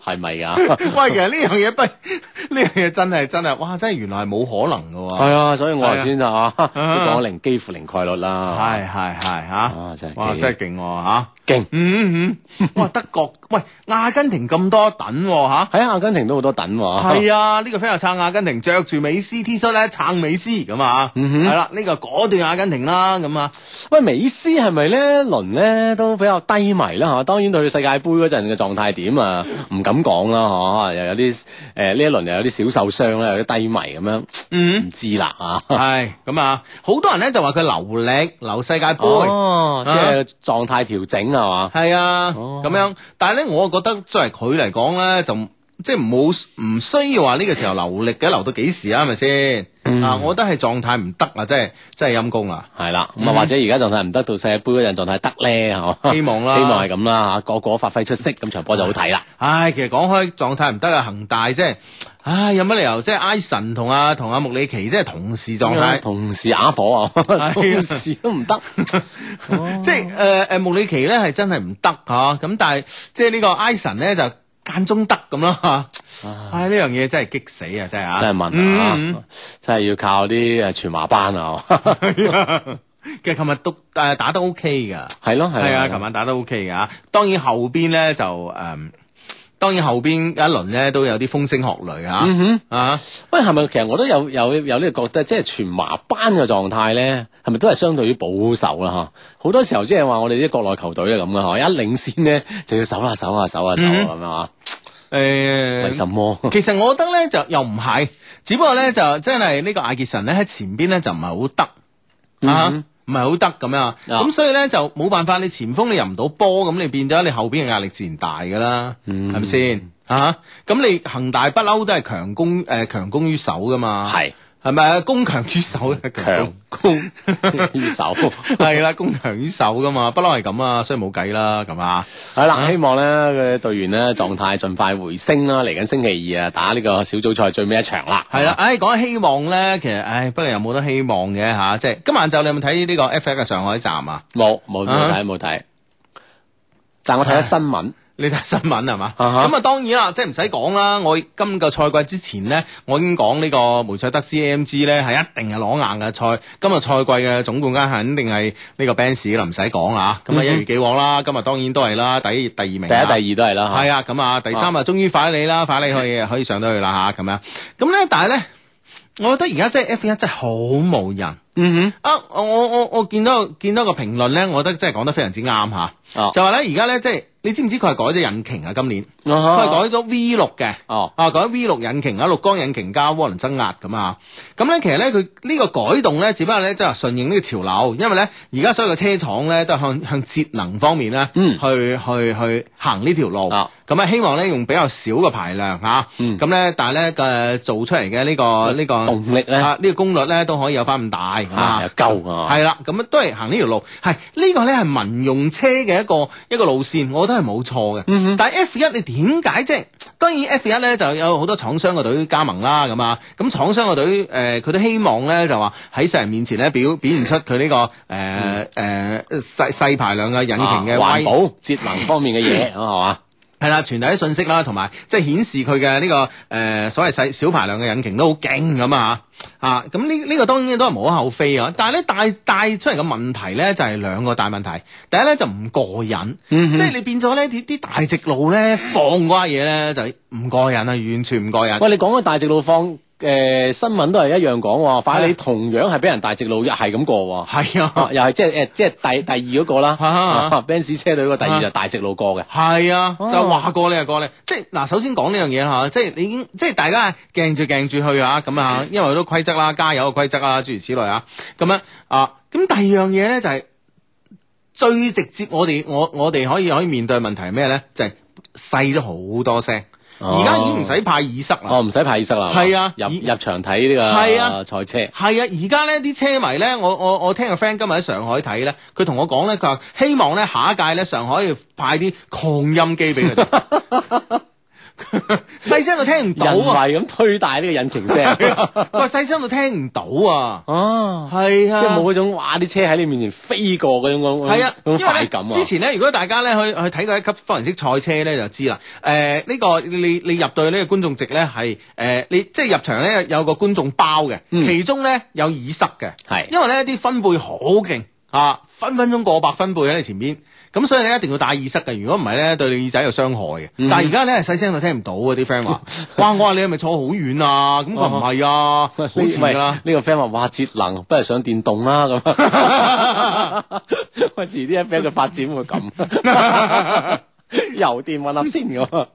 S3: 係咪啊㗎？
S1: 喂，其實呢樣嘢不 呢樣嘢真係真係，哇！真係原來係冇可能嘅喎。
S3: 係啊，所以我頭先就啊，都
S1: 啊
S3: 講零幾乎零概率啦，
S1: 係係係嚇
S3: 啊真係
S1: 哇！
S3: 勁
S1: 真係勁喎嚇。
S3: 勁。
S1: 嗯嗯 嗯，哇！德國喂，阿根廷咁多等喎嚇。
S3: 喺阿根廷都好多等喎，
S1: 係啊，呢個 friend 又撐阿根廷，着住美斯 T 恤咧撐美斯咁啊，
S3: 嗯哼
S1: 係啦，呢個果斷阿根廷啦咁啊，
S3: 喂，美斯係咪咧輪咧都比較低迷啦嚇？當然對世界盃嗰陣嘅狀態點啊，唔敢講啦嚇，又有啲誒呢一輪又有啲小受傷啦，有啲低迷咁樣，
S1: 嗯
S3: 唔，知啦啊。
S1: 係咁啊，好多人咧就話佢流力流世界盃。
S3: 哦，即
S1: 啊
S3: 係狀態調整係嘛？
S1: 係啊，
S3: 哦
S1: 咁、樣。但係咧，我覺得作為佢嚟講咧，就唔即係冇唔需要話呢個時候留力嘅，留到幾時啊？係咪先？
S3: 嗯
S1: 啊，我覺得係狀態唔得啊，真係真係陰功啦。
S3: 係啦，咁
S1: 嗯
S3: 啊或者而家狀態唔得，到世界盃嗰陣狀態得咧，係嘛？
S1: 啊希望啦
S3: 希望係咁啦嚇，個個發揮出色，咁場波就好睇啦。
S1: 唉，其實講開狀態唔得啊，恒大即係，唉，有乜理由即係埃神同阿同阿穆里奇即係同時狀態？
S3: 同時啞火
S1: 啊
S3: 啊，同時都唔得。
S1: 即係誒誒穆里奇咧係真係唔得嚇，咁、但係即係呢個埃神咧就間中得咁咯嚇。
S3: 唉
S1: 唉，呢樣嘢真係激死啊！真係啊，
S3: 真係問啊，真係要靠啲誒全麻班 啊！
S1: 係啊其實琴日都誒打得 OK 噶，
S3: 係咯，係
S1: 係啊，
S3: 咯
S1: 琴晚打得 OK 噶。當然後邊咧就誒、當然後邊一輪咧都有啲風聲鶴唳啊。
S3: 嗯哼，
S1: 啊，
S3: 喂，係咪其實我都有有有呢個覺得，即係全麻班嘅狀態咧，係咪都係相對於保守啦？嚇，好多時候即係話我哋啲國內球隊咧咁嘅嚇，一領先咧就要守下守下守下守
S1: 嗯啊
S3: 下咁樣啊。為
S1: 誒、
S3: 什麼？
S1: 其實我覺得咧就又唔係，只不過咧就真係呢個艾傑臣咧喺前邊咧就唔係好得。啊
S3: 嗯，
S1: 唔係好得咁
S3: 啊
S1: 樣，咁所以咧就冇辦法，你前鋒你入唔到波，咁你變咗你後邊嘅壓力自然大噶啦，係
S3: 嗯
S1: 咪先啊？咁你恒大不嬲都係強攻誒強攻於守噶嘛，
S3: 係
S1: 係咪攻強於守啊？
S3: 強
S1: 攻。
S3: 呢首
S1: 係啦，攻強於守噶嘛，不嬲係咁啊，所以冇計啦，咁啊，
S3: 係啦，希望咧佢隊員咧狀態盡快回升啦。嚟緊星期二啊，打呢個小組賽最尾一場啦。
S1: 係啦，唉，講起希望咧，其實唉，不過又冇得希望嘅吓，即係今晚晝你有冇睇呢個 F1 嘅上海站啊？
S3: 冇冇冇
S1: 啊
S3: 睇冇睇，但我睇咗新聞，
S1: 你睇新聞係嘛？
S3: 啊哈
S1: 咁啊，當然啦，即係唔使講啦。我今個賽季之前呢，我已經講呢個梅賽德斯 AMG 呢係一定係攞硬嘅賽。今日賽季嘅總冠軍肯定係呢個 Benz 啦，唔使講啦。咁啊，
S3: 嗯哼
S1: 一如既往啦，今日當然都係啦，第一第二名啦。
S3: 第一第二都係啦。
S1: 係啊，咁啊，第三啊，終於快你啦，快你可以可以上到去啦吓，咁樣。咁咧，但係咧，我覺得而家即係 F 一真係好無人
S3: 嗯
S1: 啊！我我我見到見到個評論咧，我覺得真係講得非常之啱吓，
S3: 哼，哦
S1: 就話咧而家咧即係你知唔知佢係改咗引擎啊？今年佢係
S3: 啊
S1: 改咗 V 六嘅。
S3: 哦，
S1: 啊，改 V 六引擎啊，六缸引擎加渦輪增壓咁啊，咁咧其實咧佢呢個改動咧，只不過咧即係話順應呢個潮流，因為咧而家所有嘅車廠咧都係向向節能方面咧、
S3: 嗯
S1: 去去去行呢條路，咁
S3: 啊
S1: 啊、希望咧用比較少嘅排量嚇，
S3: 嗯
S1: 咁咧、但係咧嘅做出嚟嘅呢個呢、個
S3: 動力咧
S1: 啊呢、個功率咧都可以有翻咁大
S3: 啊又夠啊，
S1: 係啦，咁都係行呢條路，係呢、個咧係民用車嘅一個一個路線，我覺得係冇錯嘅。
S3: 嗯哼
S1: 但係 F 一你點解即係當然 F 一咧就有好多廠商個隊加盟啦，咁啊，咁廠商個隊誒佢、都希望咧就話喺世人面前咧表表現出佢呢、個
S3: 嗯
S1: 誒誒細細排量嘅引擎嘅
S3: 啊環
S1: 威。嗯
S3: 保節能方面嘅嘢，啊係嘛？
S1: 係啦，傳遞啲信息啦，同埋即係顯示佢嘅呢個誒、呃所謂細小排量嘅引擎都好勁咁啊！啊，咁呢呢個當然都係無可厚非啊，但係咧帶帶出嚟嘅問題咧就係、兩個大問題，第一咧就唔過癮，
S3: 嗯哼
S1: 即係你變咗咧啲啲大直路咧放嗰下嘢咧就唔過癮啊，完全唔過癮。
S3: 喂，你講嘅大直路放誒新聞都係一樣講喎，快你同樣係俾人大直路一係咁過喎。
S1: 係啊
S3: 啊，，又係即係誒，即係第第二嗰個啦
S1: 啊啊啊
S3: ，Benz 車隊嗰個第二就
S1: 啊
S3: 大直路過嘅，
S1: 係啊，
S3: 哦
S1: 就話過你就過你，即係嗱，首先講呢樣嘢嚇，即係你已經即係大家鏡住鏡住去啊，咁啊，因為好多規則啦，加油嘅規則啦，諸如此類啊，咁樣啊，咁第二樣嘢咧就係、最直接我，哋我我哋可以可以面對嘅問題係咩咧？就係、細咗好多聲，而家已經唔使派耳塞啦。
S3: 哦，唔使派意識啦，
S1: 係啊
S3: 入
S1: 以
S3: 入場睇呢
S1: 係啊
S3: 個賽車，
S1: 係啊，而家咧啲車迷咧，我我我聽個 friend 今日喺上海睇咧，佢同我講咧，佢話希望咧下一屆咧上海要派啲擴音機俾佢 哋，細聲到聽唔到
S3: 人
S1: 啊！
S3: 為咁推大呢個 引擎聲，
S1: 佢話細聲到聽唔到啊！
S3: 哦，
S1: 係
S3: 即
S1: 啊，
S3: 係冇嗰種哇啲車喺你面前飛過嗰種嗰種
S1: 係啊，
S3: 嗰
S1: 因
S3: 種
S1: 為
S3: 快
S1: 咧
S3: 感啊，
S1: 之前咧，如果大家咧去去睇過一級方程式賽車咧，就知啦。誒、呢、個你你入到去呢個觀眾席咧，係誒、你即係入場咧有個觀眾包嘅，
S3: 嗯
S1: 其中咧有耳塞嘅，
S3: 係
S1: 因為咧啲分貝好勁啊，分分鐘過百分貝喺你前面。咁所以你一定要戴耳塞嘅，如果唔係咧，對你耳仔有傷害嘅。
S3: 嗯
S1: 但係而家咧細聲到聽唔到啊！啲 friend 話：，哇！我話你係咪坐好遠啊？咁佢話唔係啊，好
S3: 呢
S1: 前㗎啦。
S3: 喂呢個 friend 話：，哇，節能，不如上電動啦 咁。喂，遲啲 friend 嘅發展 會咁， 油電混合先咁。啊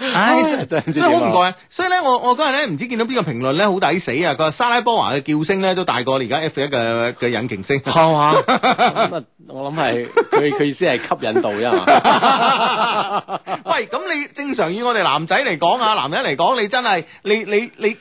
S1: 唉，
S3: 真係
S1: 真
S3: 真係唔知
S1: 係好
S3: 點啊
S1: 唔過癮。所以咧，我我嗰日咧唔知見到邊個評論咧，好抵死啊！佢話沙拉波娃嘅叫聲咧都大過而家 F 一嘅嘅引擎聲。
S3: 係嘛？ 咁啊，我諗係佢佢意思係吸引到啫 嘛。
S1: 喂，咁你正常以我哋男仔嚟講啊，男人嚟講，你真係你你你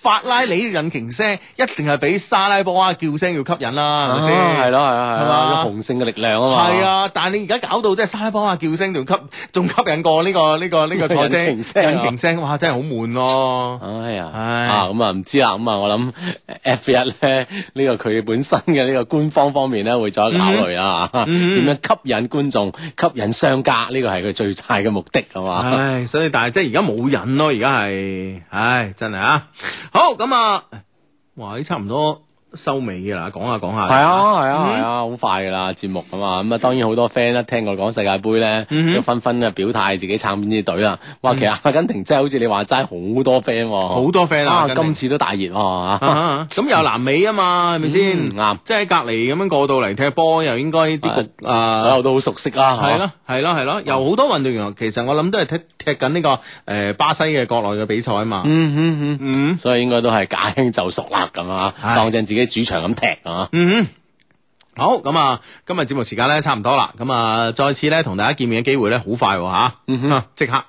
S1: 法拉利嘅引擎聲一定係比沙拉波娃嘅叫聲要吸引啦，啊係咪先？
S3: 係咯係啊係
S1: 係
S3: 啊，
S1: 嘛
S3: 有雄性嘅力量啊嘛。
S1: 係，啊，但係你而家搞到即係沙拉波娃叫聲仲吸仲吸引過呢、個呢、個呢、 個賽車
S3: 引擎聲啊
S1: 引擎聲，哦哇！真係好悶咯。
S3: 哎呀，
S1: 唉
S3: 啊咁啊唔知啦，咁啊我諗 F 一咧呢個佢本身嘅呢個官方方面咧會再考慮啦，嚇點
S1: 嗯
S3: 樣吸引觀眾、吸引商家呢個係佢最大嘅目的係嘛？
S1: 唉，所以但係即係而家冇人咯，而家係，唉，真係啊！好咁啊，哇，差唔多收尾嘅啦，講下講下。
S3: 係啊係啊
S1: 嗯
S3: 係啊，好快噶啦節目啊嘛，咁啊當然好多 friend 一聽我講世界盃咧，
S1: 嗯哼嗯
S3: 都紛紛啊表態自己撐邊支隊啦。哇，其實阿根廷真係好似你話齋好多 friend 喎
S1: 好多 friend
S3: 啊，
S1: 啊，
S3: 今
S1: 次
S3: 次都大熱喎嚇
S1: 咁又南美啊嘛，係咪先
S3: 啊嗯？啱
S1: 即係隔離咁樣過到嚟踢波，又應該啲局啊，
S3: 所有都好啊熟悉啦，
S1: 係咯，係咯，係咯，有好多運動員，其實我諗都係踢踢緊呢個誒巴西嘅國內嘅比賽啊嘛
S3: 嚇，。嗯嗯嗯。
S1: 嗯
S3: 所以應該都係駕輕就熟啦咁啊，
S1: 係
S3: 當正自己主場咁踢啊。
S1: 嗯。好咁啊，今日節目時間咧差唔多啦，咁啊，再次咧同大家見面嘅機會咧好快喎吓，
S3: 嗯哼
S1: 啊即刻。